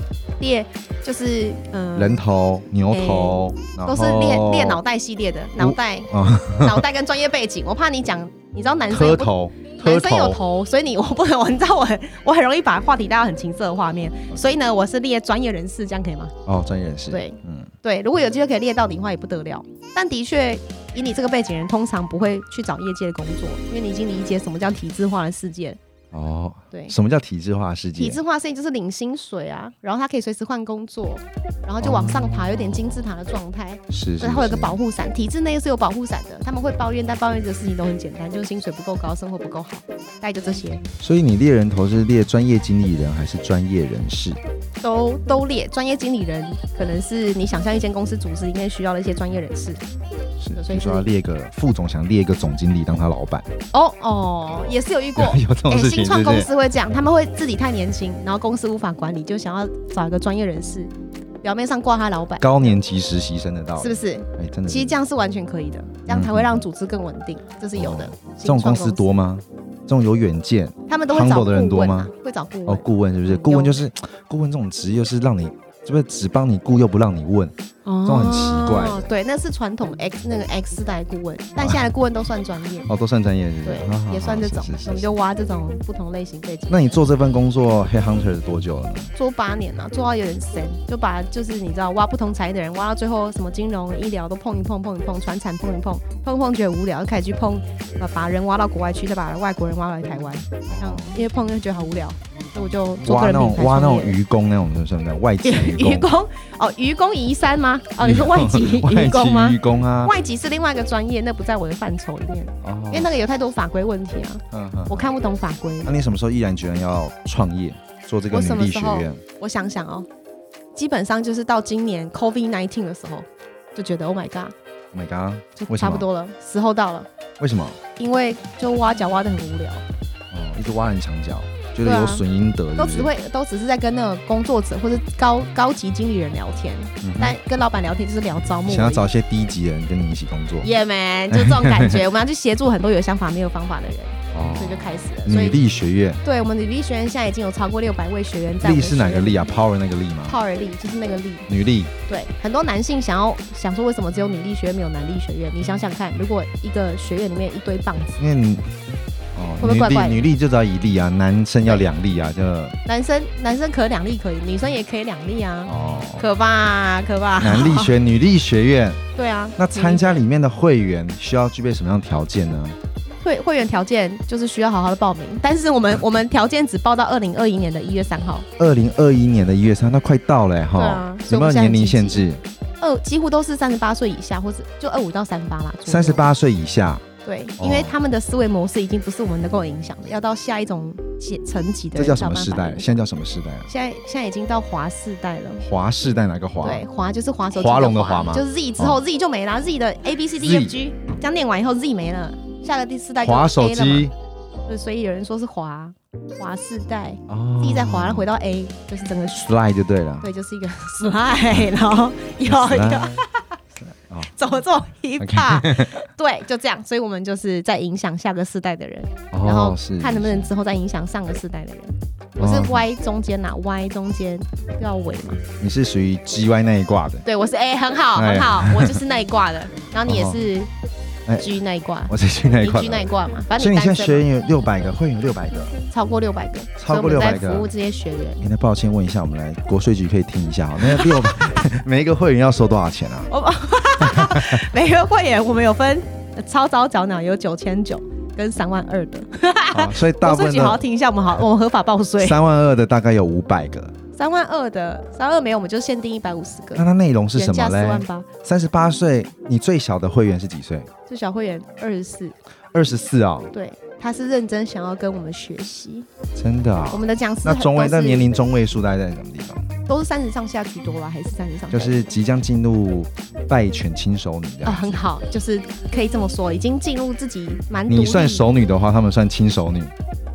[SPEAKER 2] 猎，就是嗯、哎
[SPEAKER 1] 人头、牛头，然
[SPEAKER 2] 都是
[SPEAKER 1] 后
[SPEAKER 2] 练练脑袋系列的，脑袋、
[SPEAKER 1] 啊，
[SPEAKER 2] 脑袋跟专业背景。我怕你讲，你知道男生
[SPEAKER 1] 磕
[SPEAKER 2] 有不
[SPEAKER 1] 头，磕
[SPEAKER 2] 男生有
[SPEAKER 1] 头，
[SPEAKER 2] 头，所以你我 不能，我你知道我很我很容易把话题带到很情色的画面，所以呢，我是列专业人士，这样可以吗？
[SPEAKER 1] 哦，专业人士，
[SPEAKER 2] 对
[SPEAKER 1] 嗯，
[SPEAKER 2] 对，如果有机会可以列到你的话，也不得了。但的确，以你这个背景人，通常不会去找业界的工作，因为你已经理解什么叫体制化的世界了。
[SPEAKER 1] 哦，
[SPEAKER 2] 对，
[SPEAKER 1] 什么叫体制化世
[SPEAKER 2] 体
[SPEAKER 1] 界？
[SPEAKER 2] 制化事情就是领薪水啊，然后他可以随时换工作，然后就往上爬，有点金字塔的状态。
[SPEAKER 1] 是，
[SPEAKER 2] 所
[SPEAKER 1] 是
[SPEAKER 2] 以它会有个
[SPEAKER 1] 是
[SPEAKER 2] 保护伞，体制内是有保护伞的。他们会抱怨，但抱怨的事情都很简单，就是薪水不够高，生活不够好，大概就这些。
[SPEAKER 1] 所以你猎人头是猎专业经理人还是专业人士？
[SPEAKER 2] 都都列专业经理人，可能是你想象一间公司组织里面需要的一些专业人士。
[SPEAKER 1] 是
[SPEAKER 2] 所，以
[SPEAKER 1] 你说
[SPEAKER 2] 是
[SPEAKER 1] 要猎个副总，想猎一个总经理当他老板，
[SPEAKER 2] 哦哦，也是有遇过。
[SPEAKER 1] 有这种
[SPEAKER 2] 哎、
[SPEAKER 1] 事情
[SPEAKER 2] 新创
[SPEAKER 1] 是不
[SPEAKER 2] 公
[SPEAKER 1] 是？
[SPEAKER 2] 司会这样，他们会自己太年轻，然后公司无法管理，就想要找一个专业人士，表面上挂他老板，
[SPEAKER 1] 高年级实习生的道
[SPEAKER 2] 是
[SPEAKER 1] 理
[SPEAKER 2] 不，是？
[SPEAKER 1] 哎，真的是，
[SPEAKER 2] 其实这样是完全可以的，这样才会让组织更稳定，这是有的
[SPEAKER 1] 嗯哦。这
[SPEAKER 2] 新
[SPEAKER 1] 种
[SPEAKER 2] 创
[SPEAKER 1] 公司多吗？这种有远见
[SPEAKER 2] 司，他们都会找
[SPEAKER 1] humble 的人
[SPEAKER 2] 顾问
[SPEAKER 1] 多
[SPEAKER 2] 啊
[SPEAKER 1] 吗，
[SPEAKER 2] 会找顾
[SPEAKER 1] 哦，
[SPEAKER 2] 问。
[SPEAKER 1] 顾问是不是？
[SPEAKER 2] 嗯
[SPEAKER 1] 顾问
[SPEAKER 2] 有
[SPEAKER 1] 就是顾问这种职业是让你。是不是只帮你顾又不让你问？
[SPEAKER 2] 哦
[SPEAKER 1] 这种很奇怪。
[SPEAKER 2] 对，那是传统 X 那个 X 世代顾问，但现在的顾问都算专业，
[SPEAKER 1] 哦，都算专业是不
[SPEAKER 2] 对
[SPEAKER 1] 是？好好，
[SPEAKER 2] 也
[SPEAKER 1] 好
[SPEAKER 2] 算这
[SPEAKER 1] 是
[SPEAKER 2] 种
[SPEAKER 1] 是是，
[SPEAKER 2] 我们
[SPEAKER 1] 是
[SPEAKER 2] 就挖这种不同类型背景。
[SPEAKER 1] 那你做这份工作 Head Hunter 多久了呢？
[SPEAKER 2] 做八年啊，做到有点深，就把就是你知道挖不同产业的人挖到最后，什么金融、医疗都碰一碰，碰一碰，传产碰一碰，碰一碰觉得无聊，就开始去碰，把把人挖到国外去，再把外国人挖来台湾，这样因为碰就觉得好无聊，所以我就做
[SPEAKER 1] 挖
[SPEAKER 2] 个
[SPEAKER 1] 那
[SPEAKER 2] 人
[SPEAKER 1] 种
[SPEAKER 2] 品牌
[SPEAKER 1] 挖那
[SPEAKER 2] 创
[SPEAKER 1] 种
[SPEAKER 2] 业。
[SPEAKER 1] 愚公那种算不算？外籍愚
[SPEAKER 2] 愚
[SPEAKER 1] 公？
[SPEAKER 2] 公哦，愚公移山吗？哦，你说外 籍
[SPEAKER 1] 外
[SPEAKER 2] 愚公吗
[SPEAKER 1] 籍愚？公啊！
[SPEAKER 2] 外籍是另外一个专业，那不在我的范畴里面，
[SPEAKER 1] 哦
[SPEAKER 2] 因为那个有太多法规问题啊，
[SPEAKER 1] 嗯嗯
[SPEAKER 2] 我看不懂法规。
[SPEAKER 1] 那你什么时候毅然决然要创业，做这个
[SPEAKER 2] 我
[SPEAKER 1] 女
[SPEAKER 2] 什么
[SPEAKER 1] 力学
[SPEAKER 2] 时候
[SPEAKER 1] 院？
[SPEAKER 2] 我想想哦，基本上就是到今年 COVID 1 9的时候，就觉得 Oh my God，
[SPEAKER 1] Oh my god！
[SPEAKER 2] 就
[SPEAKER 1] 为什
[SPEAKER 2] 差
[SPEAKER 1] 么
[SPEAKER 2] 不多了，时候到了，
[SPEAKER 1] 为什么？
[SPEAKER 2] 因为就挖角挖的很无聊，
[SPEAKER 1] 哦，一直挖人墙角，觉
[SPEAKER 2] 对
[SPEAKER 1] 得
[SPEAKER 2] 啊
[SPEAKER 1] 有损阴德，
[SPEAKER 2] 都
[SPEAKER 1] 是
[SPEAKER 2] 只
[SPEAKER 1] 不是
[SPEAKER 2] 会都只是在跟那个工作者或者高高级经理人聊天，
[SPEAKER 1] 嗯哼
[SPEAKER 2] 但跟老板聊天就是聊招募而已，
[SPEAKER 1] 想要找一些低级人跟你一起工作。
[SPEAKER 2] Yeah man，就这种感 觉，我们要去协助很多有想法没有方法的人，
[SPEAKER 1] 哦
[SPEAKER 2] 所以就开始了。所
[SPEAKER 1] 女
[SPEAKER 2] 以
[SPEAKER 1] 力学院，
[SPEAKER 2] 对我们女力学院现在已经有超过六百位学员在我
[SPEAKER 1] 力
[SPEAKER 2] 们
[SPEAKER 1] 是哪
[SPEAKER 2] 学
[SPEAKER 1] 个
[SPEAKER 2] 院
[SPEAKER 1] 力啊？Power 那个力吗？
[SPEAKER 2] ？Power 力就是那个力。
[SPEAKER 1] 女力
[SPEAKER 2] 对，很多男性想要想说，为什么只有女力学院没有男力学院？你想想看，如果一个学院里面一堆棒子，
[SPEAKER 1] 因为你
[SPEAKER 2] 嗯会不
[SPEAKER 1] 哦，
[SPEAKER 2] 会
[SPEAKER 1] 女
[SPEAKER 2] 怪怪
[SPEAKER 1] 力
[SPEAKER 2] 的
[SPEAKER 1] 女力就只要一力啊，男生要两力啊，就
[SPEAKER 2] 男生男生可两力可以，女生也可以两力啊，
[SPEAKER 1] 哦，
[SPEAKER 2] 可吧可吧？
[SPEAKER 1] 男力 学女力学院。
[SPEAKER 2] 对啊，
[SPEAKER 1] 那参加里面的会员需要具备什么样的条件呢？
[SPEAKER 2] 会会员条件就是需要好好的报名，但是我们我们条件只报到二零二一年的一月三号，
[SPEAKER 1] 二零二一年的一月三，那快到了
[SPEAKER 2] 对
[SPEAKER 1] 哈
[SPEAKER 2] 啊，
[SPEAKER 1] 有没有年龄限制？
[SPEAKER 2] 二几乎都是三十八岁以下，或者就二五到三八啦。左右
[SPEAKER 1] 三十八岁以下，
[SPEAKER 2] 对，
[SPEAKER 1] 哦
[SPEAKER 2] 因为他们的思维模式已经不是我们能够影响的，要到下一种阶层级的
[SPEAKER 1] 这叫
[SPEAKER 2] 人
[SPEAKER 1] 什么
[SPEAKER 2] 才
[SPEAKER 1] 时
[SPEAKER 2] 有办
[SPEAKER 1] 代？
[SPEAKER 2] 法影响
[SPEAKER 1] 现在叫什么时代啊？
[SPEAKER 2] 现在现在已经到华世代了。
[SPEAKER 1] 华世代哪个华？
[SPEAKER 2] 对，滑就是滑手机
[SPEAKER 1] 滑龙的滑
[SPEAKER 2] 滑
[SPEAKER 1] 吗哦
[SPEAKER 2] 就是 Z 之后 Z 就没啦，Z 的 A B C D
[SPEAKER 1] Z
[SPEAKER 2] E F G 这样念完以后 Z 没了，下个第四代就
[SPEAKER 1] 华手
[SPEAKER 2] A 了嘛，
[SPEAKER 1] 机
[SPEAKER 2] 对，所以有人说是滑滑世代
[SPEAKER 1] 哦
[SPEAKER 2] ，Z 在滑，然后回到 A，就是整个
[SPEAKER 1] slide 就对了。
[SPEAKER 2] 对，就是一个 slide，然后 有一个
[SPEAKER 1] slide 哦
[SPEAKER 2] 走这种 hip hop，对，就这样，所以我们就是在影响下个世代的人， 然后
[SPEAKER 1] 哦，是
[SPEAKER 2] 看能不能之后再影响上个世代的人。我
[SPEAKER 1] 哦
[SPEAKER 2] 是 Y 中间呐，Y 中间要尾嘛，
[SPEAKER 1] 你是属于 G Y 那一挂的，
[SPEAKER 2] 对，我是 A，很好，
[SPEAKER 1] 哎
[SPEAKER 2] 很好，我就是那一挂的。然后你也是
[SPEAKER 1] 哎
[SPEAKER 2] G 那一挂，
[SPEAKER 1] 我是去那一
[SPEAKER 2] 你
[SPEAKER 1] 挂
[SPEAKER 2] G 那一
[SPEAKER 1] 的。
[SPEAKER 2] 挂嘛，反
[SPEAKER 1] 所
[SPEAKER 2] 正
[SPEAKER 1] 以
[SPEAKER 2] 你
[SPEAKER 1] 你现
[SPEAKER 2] 单
[SPEAKER 1] 在学
[SPEAKER 2] 身嘛
[SPEAKER 1] 员有六百个，会员六百个。
[SPEAKER 2] 超过六百个，
[SPEAKER 1] 超过
[SPEAKER 2] 所以我们
[SPEAKER 1] 600个
[SPEAKER 2] 在服务这些学员。
[SPEAKER 1] 哎那抱歉问 一下，我们来国税局可以听一下啊，那六百每一个会员要收多少钱啊？
[SPEAKER 2] 我每个会员我们有分呃超早缴纳有九千九跟三万二的。
[SPEAKER 1] 好所以大
[SPEAKER 2] 我
[SPEAKER 1] 部
[SPEAKER 2] 税
[SPEAKER 1] 分
[SPEAKER 2] 局好好
[SPEAKER 1] 的
[SPEAKER 2] 听一下，我们好，我们合法报税。
[SPEAKER 1] 三万二的大概有五百个，
[SPEAKER 2] 三万二的，三万二没有，我们就限定一百五十个
[SPEAKER 1] 那，它内容是
[SPEAKER 2] 原
[SPEAKER 1] 什么
[SPEAKER 2] 价四
[SPEAKER 1] 嘞
[SPEAKER 2] 万？八。
[SPEAKER 1] 三十八岁，你最小的会员是几岁？
[SPEAKER 2] 最小会员二十四，
[SPEAKER 1] 二十四哦，
[SPEAKER 2] 对，他是认真想要跟我们学习。
[SPEAKER 1] 真的啊、
[SPEAKER 2] 我们的讲师
[SPEAKER 1] 那中位
[SPEAKER 2] 都
[SPEAKER 1] 那
[SPEAKER 2] 是
[SPEAKER 1] 年龄中位数大概在什么地方？
[SPEAKER 2] 都是三十上下居多吧，还是三十上下？
[SPEAKER 1] 就是即将进入拜犬亲熟女这
[SPEAKER 2] 啊、
[SPEAKER 1] 样子。
[SPEAKER 2] 很好，就是可以这么说，已经进入自己蛮独立
[SPEAKER 1] 你算熟女的话，他们算亲熟女；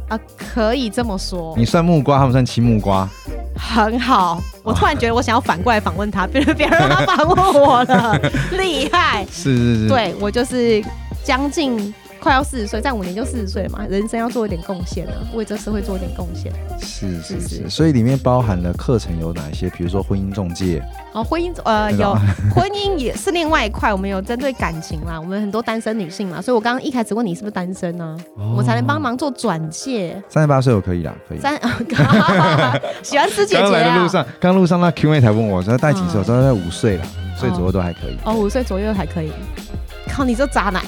[SPEAKER 2] 啊、可以这么说，
[SPEAKER 1] 你哦算木瓜，他们算青木瓜。
[SPEAKER 2] 很好。我突然觉得我想要反过来访问他，别人别让他访问我 了，厉害。
[SPEAKER 1] 是是是，，
[SPEAKER 2] 对我就是将近快要四十岁，再五年就四十岁嘛，人生要做一点贡献啊，为这社会做一点贡献。
[SPEAKER 1] 是是
[SPEAKER 2] 是
[SPEAKER 1] 是。
[SPEAKER 2] 是
[SPEAKER 1] 所以里面包含了课程有哪一些？比如说婚姻中介，
[SPEAKER 2] 哦，婚姻呃
[SPEAKER 1] 对
[SPEAKER 2] 有
[SPEAKER 1] 吧
[SPEAKER 2] 婚姻也是另外一块，我们有针对感情啦，我们很多单身女性嘛，所以我刚刚一开始问你是不是单身呢、
[SPEAKER 1] 哦
[SPEAKER 2] 啊，我才能帮忙做转介。
[SPEAKER 1] 三十八岁我可以啦，可以。
[SPEAKER 2] 三， 喜欢吃姐
[SPEAKER 1] 刚
[SPEAKER 2] 姐
[SPEAKER 1] 来的
[SPEAKER 2] 啊
[SPEAKER 1] 路？上，刚路上那 Q&A 台问我说带几岁，
[SPEAKER 2] 嗯
[SPEAKER 1] 我说在五岁啦，五岁左右都还可以。
[SPEAKER 2] 啊哦，五岁左右还可以。靠，你这渣男！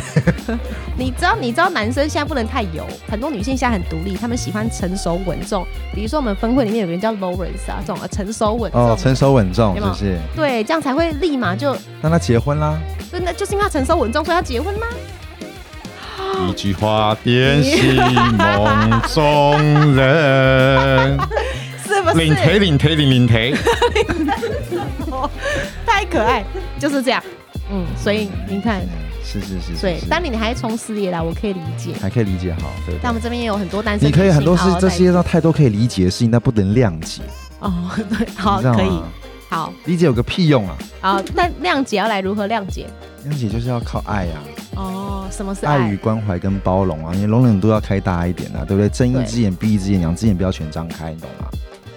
[SPEAKER 2] 你知道，你知道，男生现在不能太油，很多女性现在很独立，她们喜欢成熟稳重。比如说，我们分会里面有个人叫 Lawrence 啊，这种呃成熟稳重，
[SPEAKER 1] 哦，成熟稳重
[SPEAKER 2] 有
[SPEAKER 1] 是
[SPEAKER 2] 没有
[SPEAKER 1] 不是？
[SPEAKER 2] 对，这样才会立马就
[SPEAKER 1] 那他结婚啦，
[SPEAKER 2] 真的就是因为他成熟稳重，所以他结婚啦。
[SPEAKER 3] 一句话点醒梦中人，
[SPEAKER 2] 是不
[SPEAKER 3] 领
[SPEAKER 2] 是？
[SPEAKER 3] 腿领腿领领腿，
[SPEAKER 2] 太可爱，就是这样。嗯，所以你看，
[SPEAKER 1] 是是是是
[SPEAKER 2] 对
[SPEAKER 1] 是，，
[SPEAKER 2] 当你还冲事业啦，我可以理解。
[SPEAKER 1] 还可以理解好，对不对。
[SPEAKER 2] 但我们这边也有很多单身
[SPEAKER 1] 你
[SPEAKER 2] 女性，
[SPEAKER 1] 可以很多事
[SPEAKER 2] 好，好
[SPEAKER 1] 这
[SPEAKER 2] 在
[SPEAKER 1] 世界上太多可以理解的事情，但不能谅解，
[SPEAKER 2] 哦， 对，
[SPEAKER 1] 你
[SPEAKER 2] 好，
[SPEAKER 1] 知道
[SPEAKER 2] 可以
[SPEAKER 1] 吗，？
[SPEAKER 2] 好，
[SPEAKER 1] 理解有个屁用啊！
[SPEAKER 2] 好。但谅解要来如何谅解？
[SPEAKER 1] 谅解就是要靠爱呀、
[SPEAKER 2] 哦，什么是
[SPEAKER 1] 啊，爱与关怀跟包容啊，你容忍度要开大一点啊，对不对？睁一
[SPEAKER 2] 对
[SPEAKER 1] 只眼闭一只眼，两只眼不要全张开，你懂吗？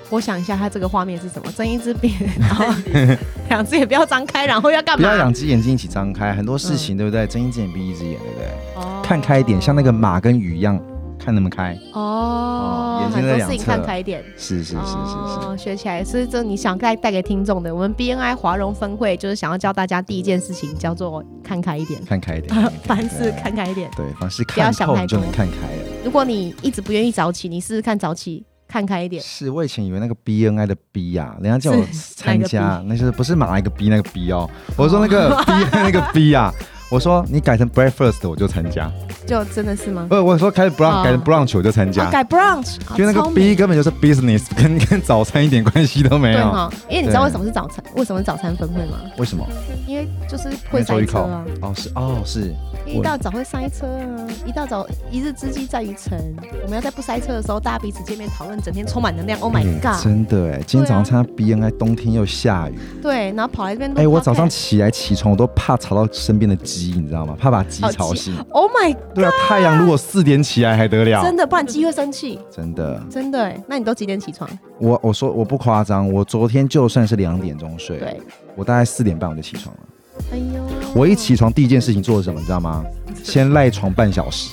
[SPEAKER 2] 我想一下，他这个画面是什么？睁一只 眼，然后 两只眼不要张开，然后要干
[SPEAKER 1] 不
[SPEAKER 2] 嘛？嗯
[SPEAKER 1] 要两只眼睛一起张开，很多事情、对不对？睁一只眼闭一只眼，对不对？
[SPEAKER 2] 哦
[SPEAKER 1] 看开一点，像那个马跟鱼一样，看那么开。
[SPEAKER 2] 哦
[SPEAKER 1] 哦，眼睛
[SPEAKER 2] 很
[SPEAKER 1] 在
[SPEAKER 2] 多
[SPEAKER 1] 两
[SPEAKER 2] 事情
[SPEAKER 1] 侧
[SPEAKER 2] 看开一点。
[SPEAKER 1] 是是是是是，
[SPEAKER 2] 哦，学起来，所以这你想带带给听众的，我们 BNI 华融分会就是想要教大家第一件事情叫做看开一点，
[SPEAKER 1] 看开一点，看开一点
[SPEAKER 2] 凡事看开一点。
[SPEAKER 1] 对，凡事
[SPEAKER 2] 不要
[SPEAKER 1] 看
[SPEAKER 2] 想
[SPEAKER 1] 透
[SPEAKER 2] 太
[SPEAKER 1] 你就
[SPEAKER 2] 多
[SPEAKER 1] 能看开了。
[SPEAKER 2] 如果你一直不愿意早起，你试试看早起，看开一点。
[SPEAKER 1] 是我以前以为那个 B N I 的 B 呀、人家叫我参
[SPEAKER 2] 哪
[SPEAKER 1] 加，那就是不是马来一个 B 那个 B 哦，我说那个 B 那个 B 呀、我说你改成 breakfast 我就参加，
[SPEAKER 2] 就真的是吗？
[SPEAKER 1] 不，我说开 brunch、
[SPEAKER 2] 哦
[SPEAKER 1] 改成 brunch 我就参加
[SPEAKER 2] 啊，，改 brunch，啊
[SPEAKER 1] 就那个
[SPEAKER 2] 聪明
[SPEAKER 1] B 根本就是 business，跟跟早餐一点关系都没
[SPEAKER 2] 对哦
[SPEAKER 1] 有。
[SPEAKER 2] 哈，因为你知道
[SPEAKER 1] 对
[SPEAKER 2] 为什么是早餐，为什么是早餐分会吗？
[SPEAKER 1] 为什么？
[SPEAKER 2] 因为就是
[SPEAKER 1] 因
[SPEAKER 2] 会
[SPEAKER 1] 为周
[SPEAKER 2] 塞
[SPEAKER 1] 一
[SPEAKER 2] 车
[SPEAKER 1] 靠
[SPEAKER 2] 啊，
[SPEAKER 1] 哦是哦是，
[SPEAKER 2] 因为一大早会塞车啊，一大早一日之计在于晨，我们要在不塞车的时候，大家彼此见面讨论，整天充满能量。Oh my
[SPEAKER 1] 哎
[SPEAKER 2] god！
[SPEAKER 1] 真的哎，今天
[SPEAKER 2] 对
[SPEAKER 1] 早
[SPEAKER 2] 啊
[SPEAKER 1] 上
[SPEAKER 2] Oh
[SPEAKER 1] 参加 B N I，冬天又下雨，
[SPEAKER 2] 对，然后跑来这边录 podcast。
[SPEAKER 1] 哎，我早上起来起床我都怕吵到身边的鸡，你知道吗？怕把鸡
[SPEAKER 2] 好鸡
[SPEAKER 1] 吵醒。
[SPEAKER 2] Oh my，
[SPEAKER 1] 对啊，太阳如果四点起来还得了？
[SPEAKER 2] 真的，不然鸡会生气，
[SPEAKER 1] 真的。
[SPEAKER 2] 真的哎。那你都几点起床？
[SPEAKER 1] 我我说我不夸张，我昨天就算是两点钟睡，
[SPEAKER 2] 对，
[SPEAKER 1] 我大概四点半我就起床了。
[SPEAKER 2] 哎呦，
[SPEAKER 1] 我一起床第一件事情做的是什么，你知道吗？先赖床半小时。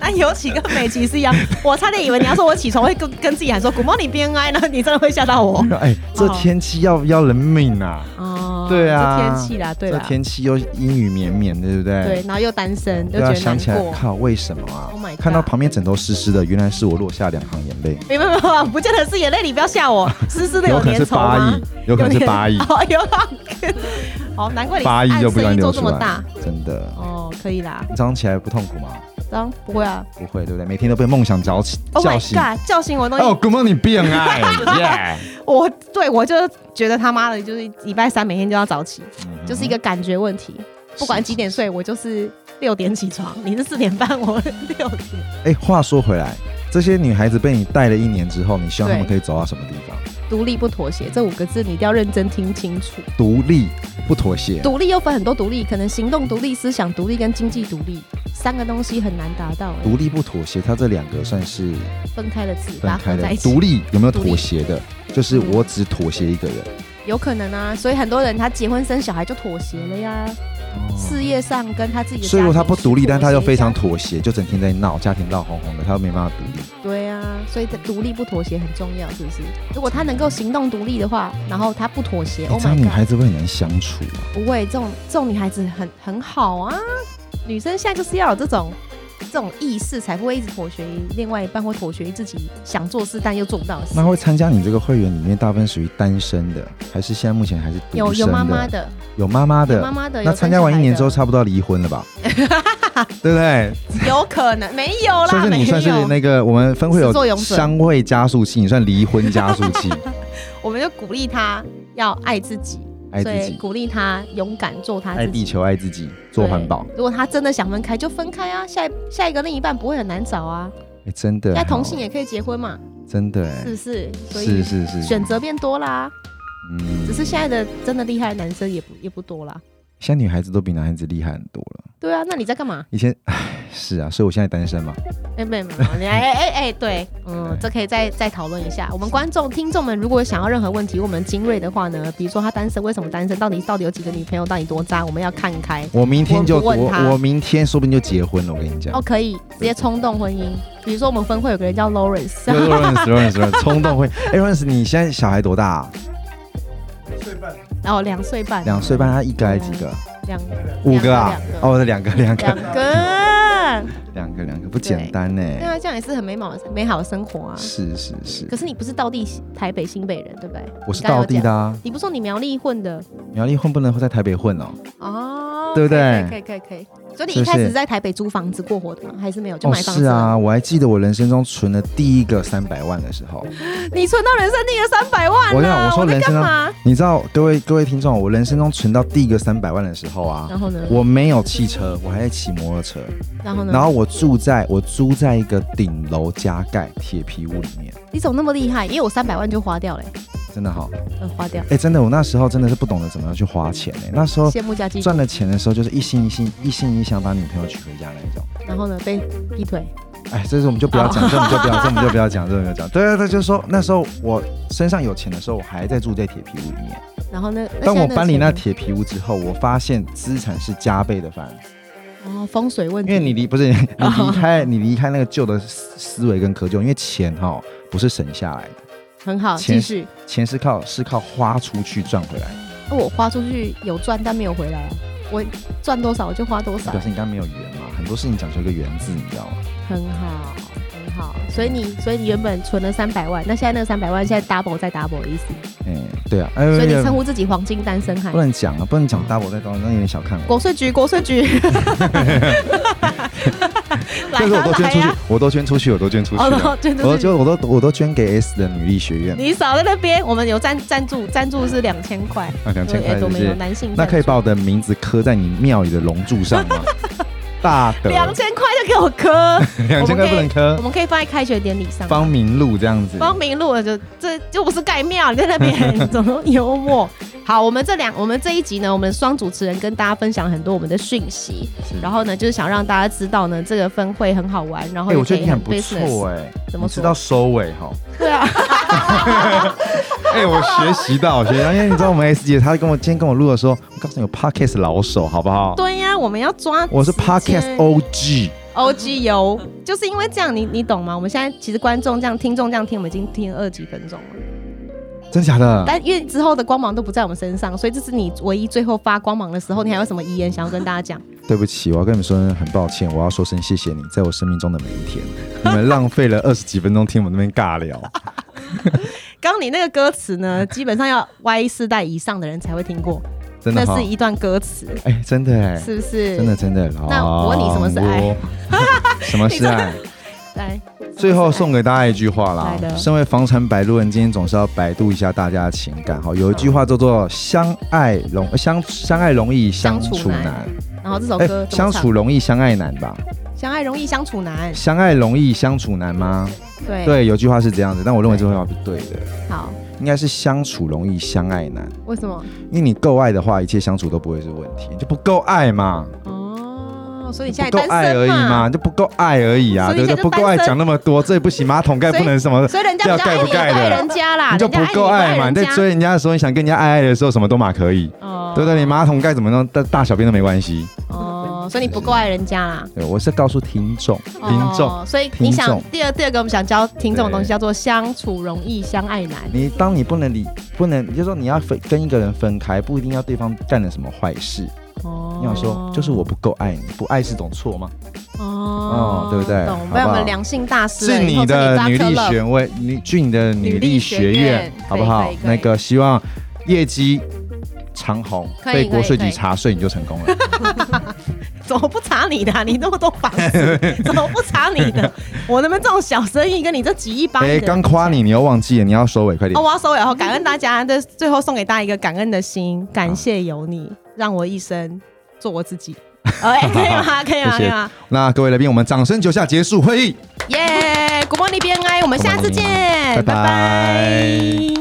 [SPEAKER 2] 那有起跟没 起是一样。我差点以为你要说我起床会跟跟自己喊说 “Good morning BNI” 呢，你真的会吓到我。
[SPEAKER 1] 哎，这天气要要人命啊！
[SPEAKER 2] 哦，
[SPEAKER 1] 对啊
[SPEAKER 2] 这天气啦，对
[SPEAKER 1] 这
[SPEAKER 2] 啦，
[SPEAKER 1] 天气又阴雨绵绵，对不对？
[SPEAKER 2] 对，。然后又单身，
[SPEAKER 1] 哎对
[SPEAKER 2] 又觉
[SPEAKER 1] 啊，
[SPEAKER 2] 得
[SPEAKER 1] 想
[SPEAKER 2] 难
[SPEAKER 1] 起来，
[SPEAKER 2] 过。
[SPEAKER 1] 靠，为什么啊
[SPEAKER 2] Oh my god
[SPEAKER 1] 看到旁边枕头湿湿的，原来是我落下两行眼泪，
[SPEAKER 2] 没有没有没有，不见得是眼泪，你不要吓我。湿湿的
[SPEAKER 1] 有可能是
[SPEAKER 2] 粘稠吗
[SPEAKER 1] 八亿？，有可能是八亿，
[SPEAKER 2] 哦， 有啊。好，难怪你
[SPEAKER 1] 八亿就不小心
[SPEAKER 2] 按声音
[SPEAKER 1] 流
[SPEAKER 2] 做这
[SPEAKER 1] 出
[SPEAKER 2] 么
[SPEAKER 1] 来
[SPEAKER 2] 大。，
[SPEAKER 1] 真的。
[SPEAKER 2] 哦，可以啦，
[SPEAKER 1] 你早上起来不痛苦吗？
[SPEAKER 2] 当然不会啊。
[SPEAKER 1] 不会，对不对？每天都被梦想叫起
[SPEAKER 2] Oh
[SPEAKER 1] 叫
[SPEAKER 2] my
[SPEAKER 1] 醒。
[SPEAKER 2] god，叫醒我的东西
[SPEAKER 3] 哦，good morning B N I，
[SPEAKER 2] 我对我就是觉得他妈的，就是礼拜三每天就要早起，
[SPEAKER 1] 嗯哼
[SPEAKER 2] 就是一个感觉问题。不管几点睡，我就是六点起床。你是四点半，我六点。
[SPEAKER 1] 哎，话说回来，这些女孩子被你带了一年之后，你希望她们可
[SPEAKER 2] 对
[SPEAKER 1] 以走到什么地方？
[SPEAKER 2] 独立不妥协这五个字，你一定要认真听清楚。
[SPEAKER 1] 独立，不妥协。
[SPEAKER 2] 独立又分很多独立，可能行动独立、思想独立跟经济独立三个东西很难达到、欸
[SPEAKER 1] 独立不妥协，它这两个算是
[SPEAKER 2] 分开的字，
[SPEAKER 1] 分
[SPEAKER 2] 把它
[SPEAKER 1] 开
[SPEAKER 2] 合在
[SPEAKER 1] 的
[SPEAKER 2] 一。起。
[SPEAKER 1] 独立有没有
[SPEAKER 2] 独立
[SPEAKER 1] 妥协的？就是我只妥协一个人。
[SPEAKER 2] 有可能啊，所以很多人他结婚生小孩就妥协了呀，
[SPEAKER 1] 哦
[SPEAKER 2] 事业上跟他自己的。
[SPEAKER 1] 所以说她不独立，但她又非常。妥协，就整天在闹，家庭闹哄哄的，她又没办法独立。
[SPEAKER 2] 对啊，所以他独立不妥协很重要，是不是？如果他能够行动独立的话，然后他不妥协
[SPEAKER 1] 欸
[SPEAKER 2] ，Oh
[SPEAKER 1] 这样
[SPEAKER 2] my
[SPEAKER 1] 女
[SPEAKER 2] god，
[SPEAKER 1] 孩子会很难相处啊。
[SPEAKER 2] 不会，这种这种女孩子很很好啊。女生现在就是要有这种这种意识，才不会一直妥协于另外一半，或妥协于自己想做事但又做不到的事
[SPEAKER 1] 那。会参加你这个会员里面，大部分属于单身的，还是现在目前还是独
[SPEAKER 2] 有有
[SPEAKER 1] 身
[SPEAKER 2] 妈妈的，
[SPEAKER 1] 有妈妈
[SPEAKER 2] 有
[SPEAKER 1] 的
[SPEAKER 2] 妈。妈的，
[SPEAKER 1] 啊那
[SPEAKER 2] 有
[SPEAKER 1] 参
[SPEAKER 2] 生
[SPEAKER 1] 加完一
[SPEAKER 2] 小孩
[SPEAKER 1] 年
[SPEAKER 2] 的
[SPEAKER 1] 之后，差不多要离婚了 吧？对不对？
[SPEAKER 2] 有可能没有啦，
[SPEAKER 1] 所以
[SPEAKER 2] 没
[SPEAKER 1] 你
[SPEAKER 2] 有。
[SPEAKER 1] 算是那个我们分会
[SPEAKER 2] 哦始作
[SPEAKER 1] 有
[SPEAKER 2] 俑者
[SPEAKER 1] 相会加速器，你算离婚加速 器，
[SPEAKER 2] 我们就鼓励他要爱自己，
[SPEAKER 1] 爱
[SPEAKER 2] 所
[SPEAKER 1] 自
[SPEAKER 2] 以
[SPEAKER 1] 己，
[SPEAKER 2] 鼓励他勇敢做他自己。
[SPEAKER 1] 爱地球，爱自己，做环保。
[SPEAKER 2] 对。如果他真的想分开，就分开啊，下一下一个另一半不会很难找啊。
[SPEAKER 1] 哎，真的
[SPEAKER 2] 现
[SPEAKER 1] 哈，
[SPEAKER 2] 在同性也可以结婚嘛，
[SPEAKER 1] 真的
[SPEAKER 2] 是
[SPEAKER 1] 哎
[SPEAKER 2] 不，是？所
[SPEAKER 1] 是
[SPEAKER 2] 以
[SPEAKER 1] 是是，
[SPEAKER 2] 选择变多啦。
[SPEAKER 1] 嗯
[SPEAKER 2] 只是现在的真的厉害的男生也不也不多啦。
[SPEAKER 1] 现在女孩子都比男孩子厉害很多了。
[SPEAKER 2] 对啊，那你在干嘛？
[SPEAKER 1] 以前，唉，是啊，所以我现在单身嘛。
[SPEAKER 2] 哎、没没没，你哎哎哎，对，嗯
[SPEAKER 1] 对，
[SPEAKER 2] 这可以再再讨论一下。我们观众、听众们，如果想要任何问题，我们精锐的话呢，比如说他单身，为什么单身？到底到底有几个女朋友？到底多渣？我们要看开。
[SPEAKER 1] 我明天就
[SPEAKER 2] 我不问
[SPEAKER 1] 我
[SPEAKER 2] 他
[SPEAKER 1] 我明天说不定就结婚了，我跟你讲
[SPEAKER 2] 哦，。可以直接冲动婚姻。比如说我们分会有个人叫 Lawrence，
[SPEAKER 1] 哎 Lawrence Lawrence Lawrence 冲动会。哎，Lawrence，你现在小孩多大啊？
[SPEAKER 2] 然后哦两岁半，
[SPEAKER 1] 两岁半，他一个还是几个？
[SPEAKER 2] 两
[SPEAKER 1] 五个啊
[SPEAKER 2] 两？个
[SPEAKER 1] 哦，两个两
[SPEAKER 2] 两
[SPEAKER 1] 个
[SPEAKER 2] 个，
[SPEAKER 1] 两个两个，不简单呢。
[SPEAKER 2] 对啊，这样也是很美好的美好的生活啊。
[SPEAKER 1] 是是是
[SPEAKER 2] 可，是你不是道地台北新北人，对不对？
[SPEAKER 1] 我是道地的啊。
[SPEAKER 2] 你不是说你苗栗混的
[SPEAKER 1] 苗栗混不能在台北混哦。
[SPEAKER 2] 哦？
[SPEAKER 1] 对不对
[SPEAKER 2] 可以可以可以可以。所以
[SPEAKER 1] 是不
[SPEAKER 2] 你一
[SPEAKER 1] 是
[SPEAKER 2] 开始在台北租房子过活的吗？还是没有就
[SPEAKER 1] 哦，
[SPEAKER 2] 买房
[SPEAKER 1] 是
[SPEAKER 2] 子了？
[SPEAKER 1] 啊，我还记得我人生中存的第一个三百万的时候，
[SPEAKER 2] 你存到人生第一个三百万
[SPEAKER 1] 我跟你讲
[SPEAKER 2] 了，
[SPEAKER 1] 我说
[SPEAKER 2] 在
[SPEAKER 1] 人
[SPEAKER 2] 干
[SPEAKER 1] 生
[SPEAKER 2] 嘛？
[SPEAKER 1] 你知道，各位各位听众，我人生中存到第一个三百万的时候啊，
[SPEAKER 2] 然后呢？
[SPEAKER 1] 我没有汽车，我还在骑摩托车，
[SPEAKER 2] 嗯然后呢？
[SPEAKER 1] 然后我住在我租在一个顶楼加盖铁皮屋里面，
[SPEAKER 2] 你怎么那么厉害？因为我三百万就花掉了、
[SPEAKER 1] 真的好，
[SPEAKER 2] 嗯，花掉。
[SPEAKER 1] 哎、真的，我那时候真的是不懂得怎么样去花钱哎、那时候
[SPEAKER 2] 羡慕加嫉妒，
[SPEAKER 1] 赚了钱的时候，就是一心一心一心一意想把女朋友娶回家那一种。
[SPEAKER 2] 然后呢被劈腿，
[SPEAKER 1] 哎，这是我们就不要
[SPEAKER 2] 哦
[SPEAKER 1] 讲，这我们就不要，这我们就不要讲，这我们就不要讲。对对对，就是说那时候我身上有钱的时候，我还在住在铁皮屋里面。
[SPEAKER 2] 然后呢？
[SPEAKER 1] 当我
[SPEAKER 2] 现在个
[SPEAKER 1] 搬离
[SPEAKER 2] 钱
[SPEAKER 1] 那
[SPEAKER 2] 呢
[SPEAKER 1] 铁皮屋之后，我发现资产是加倍的翻，
[SPEAKER 2] 哦，风水问
[SPEAKER 1] 因为
[SPEAKER 2] 题，
[SPEAKER 1] 你离不是你离开你离开那个旧的思思维跟窠臼，因为钱哈、不是省下来的，
[SPEAKER 2] 很好，
[SPEAKER 1] 钱
[SPEAKER 2] 继续。
[SPEAKER 1] 钱是靠是靠花出去赚回来的。
[SPEAKER 2] 那我花出去有赚，但没有回来啊。我赚多少我就花多少
[SPEAKER 1] 表，示你刚刚没有缘嘛，很多事情讲究一个缘字，你知道吗？
[SPEAKER 2] 很好，很好。所以你，所以你原本存了三百万，那现在那三百万现在 double 再 double 的意思，
[SPEAKER 1] 哎、对啊，哎、
[SPEAKER 2] 所以你
[SPEAKER 1] 哎
[SPEAKER 2] 称呼自己黄金单身汉
[SPEAKER 1] 不。能讲啊，不能讲 double 再 double，那有点小 看我。
[SPEAKER 2] 国税局，国 税局，来
[SPEAKER 1] 但是我
[SPEAKER 2] 啊
[SPEAKER 1] 都捐
[SPEAKER 2] 来
[SPEAKER 1] 出去
[SPEAKER 2] 啊！，
[SPEAKER 1] 我都捐出去，我都捐出去
[SPEAKER 2] 哦，
[SPEAKER 1] 了。
[SPEAKER 2] 都捐
[SPEAKER 1] 我都
[SPEAKER 2] 出去。
[SPEAKER 1] 捐，我都我都捐给 S 的女力学院，
[SPEAKER 2] 你少在那边，我们有赞赞助，赞助是两千块，
[SPEAKER 1] 那啊两千
[SPEAKER 2] 对
[SPEAKER 1] 块
[SPEAKER 2] 哎
[SPEAKER 1] 是
[SPEAKER 2] 都
[SPEAKER 1] 不
[SPEAKER 2] 没有
[SPEAKER 1] 是？
[SPEAKER 2] 男性赞助。
[SPEAKER 1] 那可以把我的名字刻在你庙里的龙柱上 吗？大德，
[SPEAKER 2] 两千块就给我 磕，
[SPEAKER 1] 两千块不
[SPEAKER 2] 我
[SPEAKER 1] 能
[SPEAKER 2] 们我
[SPEAKER 1] 刻，
[SPEAKER 2] 们可以放在开学典礼上。
[SPEAKER 1] 方明路这样子。
[SPEAKER 2] 光明路就这就不是盖庙，你在 那边你怎么幽默？好，我们这两我们这一集呢，我们双主持人跟大家分享很多我们的讯息，
[SPEAKER 1] 是
[SPEAKER 2] 然后呢，就是想让大家知道呢，这个分会很好玩，然后
[SPEAKER 1] 哎，
[SPEAKER 2] 也
[SPEAKER 1] 我
[SPEAKER 2] 可
[SPEAKER 1] 觉得
[SPEAKER 2] 以
[SPEAKER 1] 你很
[SPEAKER 2] 很
[SPEAKER 1] 不
[SPEAKER 2] business，
[SPEAKER 1] 错哎，
[SPEAKER 2] 怎
[SPEAKER 1] 你
[SPEAKER 2] 么
[SPEAKER 1] 知
[SPEAKER 2] 说
[SPEAKER 1] 道收尾哈？
[SPEAKER 2] 对啊，
[SPEAKER 1] 哎，我学习到，我学习到，因为你知道我们 S 姐，她跟我今天跟我录的时候，我告诉你，我 Podcast 老手，好不好？
[SPEAKER 2] 对呀、我们要抓
[SPEAKER 1] 我是
[SPEAKER 2] 时间
[SPEAKER 1] Podcast OG，
[SPEAKER 2] O G 游，就是因为这样，你你懂吗？我们现在其实观众这样、听众这样听，我们已经听了二几分钟了，
[SPEAKER 1] 嗯真假的？
[SPEAKER 2] 但因为之后的光芒都不在我们身上，所以这是你唯一最后发光芒的时候，你还有什么遗言想要跟大家 讲？
[SPEAKER 1] 对不起，我要跟你们说很抱歉，我要说声谢谢你，在我生命中的每一天，你 们浪费了二十几分钟听我们那边尬聊。
[SPEAKER 2] 刚刚你那个歌词呢，基本上要 Y 世代以上的人才会听过，
[SPEAKER 1] 真的
[SPEAKER 2] 那
[SPEAKER 1] 哈
[SPEAKER 2] 是，一段歌词，
[SPEAKER 1] 哎、真的哎、
[SPEAKER 2] 是不是？
[SPEAKER 1] 真的真的。
[SPEAKER 2] 那我问你什么是爱
[SPEAKER 1] 老挝？什么是爱？
[SPEAKER 2] 来，
[SPEAKER 1] 最后送给大家一句话
[SPEAKER 2] 来
[SPEAKER 1] 啦。
[SPEAKER 2] 的
[SPEAKER 1] 身为房产摆渡人，今天总是要摆渡一下大家的情感。
[SPEAKER 2] 嗯
[SPEAKER 1] 好，有一句话叫做“相爱容呃相相爱容易相
[SPEAKER 2] 相处
[SPEAKER 1] 处难
[SPEAKER 2] 难”，然后这首
[SPEAKER 1] 哎、
[SPEAKER 2] 歌怎
[SPEAKER 1] 相
[SPEAKER 2] 么唱
[SPEAKER 1] 处容易相爱难吧？
[SPEAKER 2] 相爱容易相处难，
[SPEAKER 1] 相爱容易相处难吗？
[SPEAKER 2] 对，
[SPEAKER 1] 对，有句话是这样子，但我认为这句话不对的，
[SPEAKER 2] 好，
[SPEAKER 1] 应该是相处容易相爱难。
[SPEAKER 2] 为什么？
[SPEAKER 1] 因为你够爱的话，一切相处都不会是问题，你就不够爱嘛，
[SPEAKER 2] 哦，所以你现
[SPEAKER 1] 不
[SPEAKER 2] 在
[SPEAKER 1] 够
[SPEAKER 2] 单
[SPEAKER 1] 爱而已
[SPEAKER 2] 身嘛，
[SPEAKER 1] 嘛，就不够爱而已啊，
[SPEAKER 2] 所以
[SPEAKER 1] 对
[SPEAKER 2] 你
[SPEAKER 1] 不对？
[SPEAKER 2] 现在
[SPEAKER 1] 不
[SPEAKER 2] 就
[SPEAKER 1] 够爱
[SPEAKER 2] 单身
[SPEAKER 1] 讲那么多，这也不行，马桶盖
[SPEAKER 2] 所以
[SPEAKER 1] 不能什么，
[SPEAKER 2] 所以人家
[SPEAKER 1] 要
[SPEAKER 2] 比较
[SPEAKER 1] 盖
[SPEAKER 2] 爱
[SPEAKER 1] 不
[SPEAKER 2] 你，
[SPEAKER 1] 盖的
[SPEAKER 2] 爱人家啦，
[SPEAKER 1] 你就
[SPEAKER 2] 人家
[SPEAKER 1] 不
[SPEAKER 2] 爱
[SPEAKER 1] 够爱嘛。你
[SPEAKER 2] 你
[SPEAKER 1] 在
[SPEAKER 2] 在
[SPEAKER 1] 追人家的时候，你想跟人家爱爱的时候，什么都马可以，
[SPEAKER 2] 哦
[SPEAKER 1] 对不对？你马桶盖怎么弄，大大小便都没关系，
[SPEAKER 2] 哦，哦，所以你不够爱人家啦。
[SPEAKER 1] 对，我是告诉听众，听众，
[SPEAKER 2] 哦，所以你想
[SPEAKER 1] 听众
[SPEAKER 2] 第二第二个我们想教听众的东西
[SPEAKER 1] 对
[SPEAKER 2] 叫做相处容易相爱难。
[SPEAKER 1] 你当你不能理，不能，你就说你要分跟一个人分开，不一定要对方干了什么坏事。
[SPEAKER 2] 哦
[SPEAKER 1] 你想说，就是我不够爱你，不爱是种错吗？
[SPEAKER 2] 哦
[SPEAKER 1] 哦对不对
[SPEAKER 2] 懂
[SPEAKER 1] 好，不
[SPEAKER 2] 被我
[SPEAKER 1] 好
[SPEAKER 2] 们良性大师
[SPEAKER 3] 是
[SPEAKER 2] 哎了以
[SPEAKER 3] 你
[SPEAKER 2] 后这
[SPEAKER 3] 的
[SPEAKER 2] 里
[SPEAKER 3] 女
[SPEAKER 2] Dr.
[SPEAKER 3] 力
[SPEAKER 2] Love
[SPEAKER 3] 学位，你去你的女力学
[SPEAKER 2] 女力学
[SPEAKER 3] 院
[SPEAKER 2] 院，
[SPEAKER 3] 好不好
[SPEAKER 2] 可以可以？可以
[SPEAKER 3] 那个希望业绩长虹，
[SPEAKER 2] 可
[SPEAKER 3] 被
[SPEAKER 2] 以
[SPEAKER 3] 国税
[SPEAKER 2] 可
[SPEAKER 3] 局
[SPEAKER 2] 以可以
[SPEAKER 3] 查税你就成功了。
[SPEAKER 2] 怎么不查你 的啊、你那么多房子，怎么不查你的？我那边这种小生意，跟你这几亿八亿
[SPEAKER 3] 哎，
[SPEAKER 2] 的
[SPEAKER 3] 刚夸你，你又忘记了，你要收尾，快点
[SPEAKER 2] 哦，。我要收尾后，感恩大家，这最后送给大家一个感恩的心，感谢有你，让我一生做我 自己。呃哎、可以吗？可以
[SPEAKER 3] 谢
[SPEAKER 2] 吗？可
[SPEAKER 3] 谢
[SPEAKER 2] 以吗？
[SPEAKER 3] 那各位来宾，我们掌声九下结束会议。
[SPEAKER 2] 哎耶、Good morning BNI，我们下次见，
[SPEAKER 3] 拜拜
[SPEAKER 2] 拜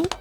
[SPEAKER 2] 拜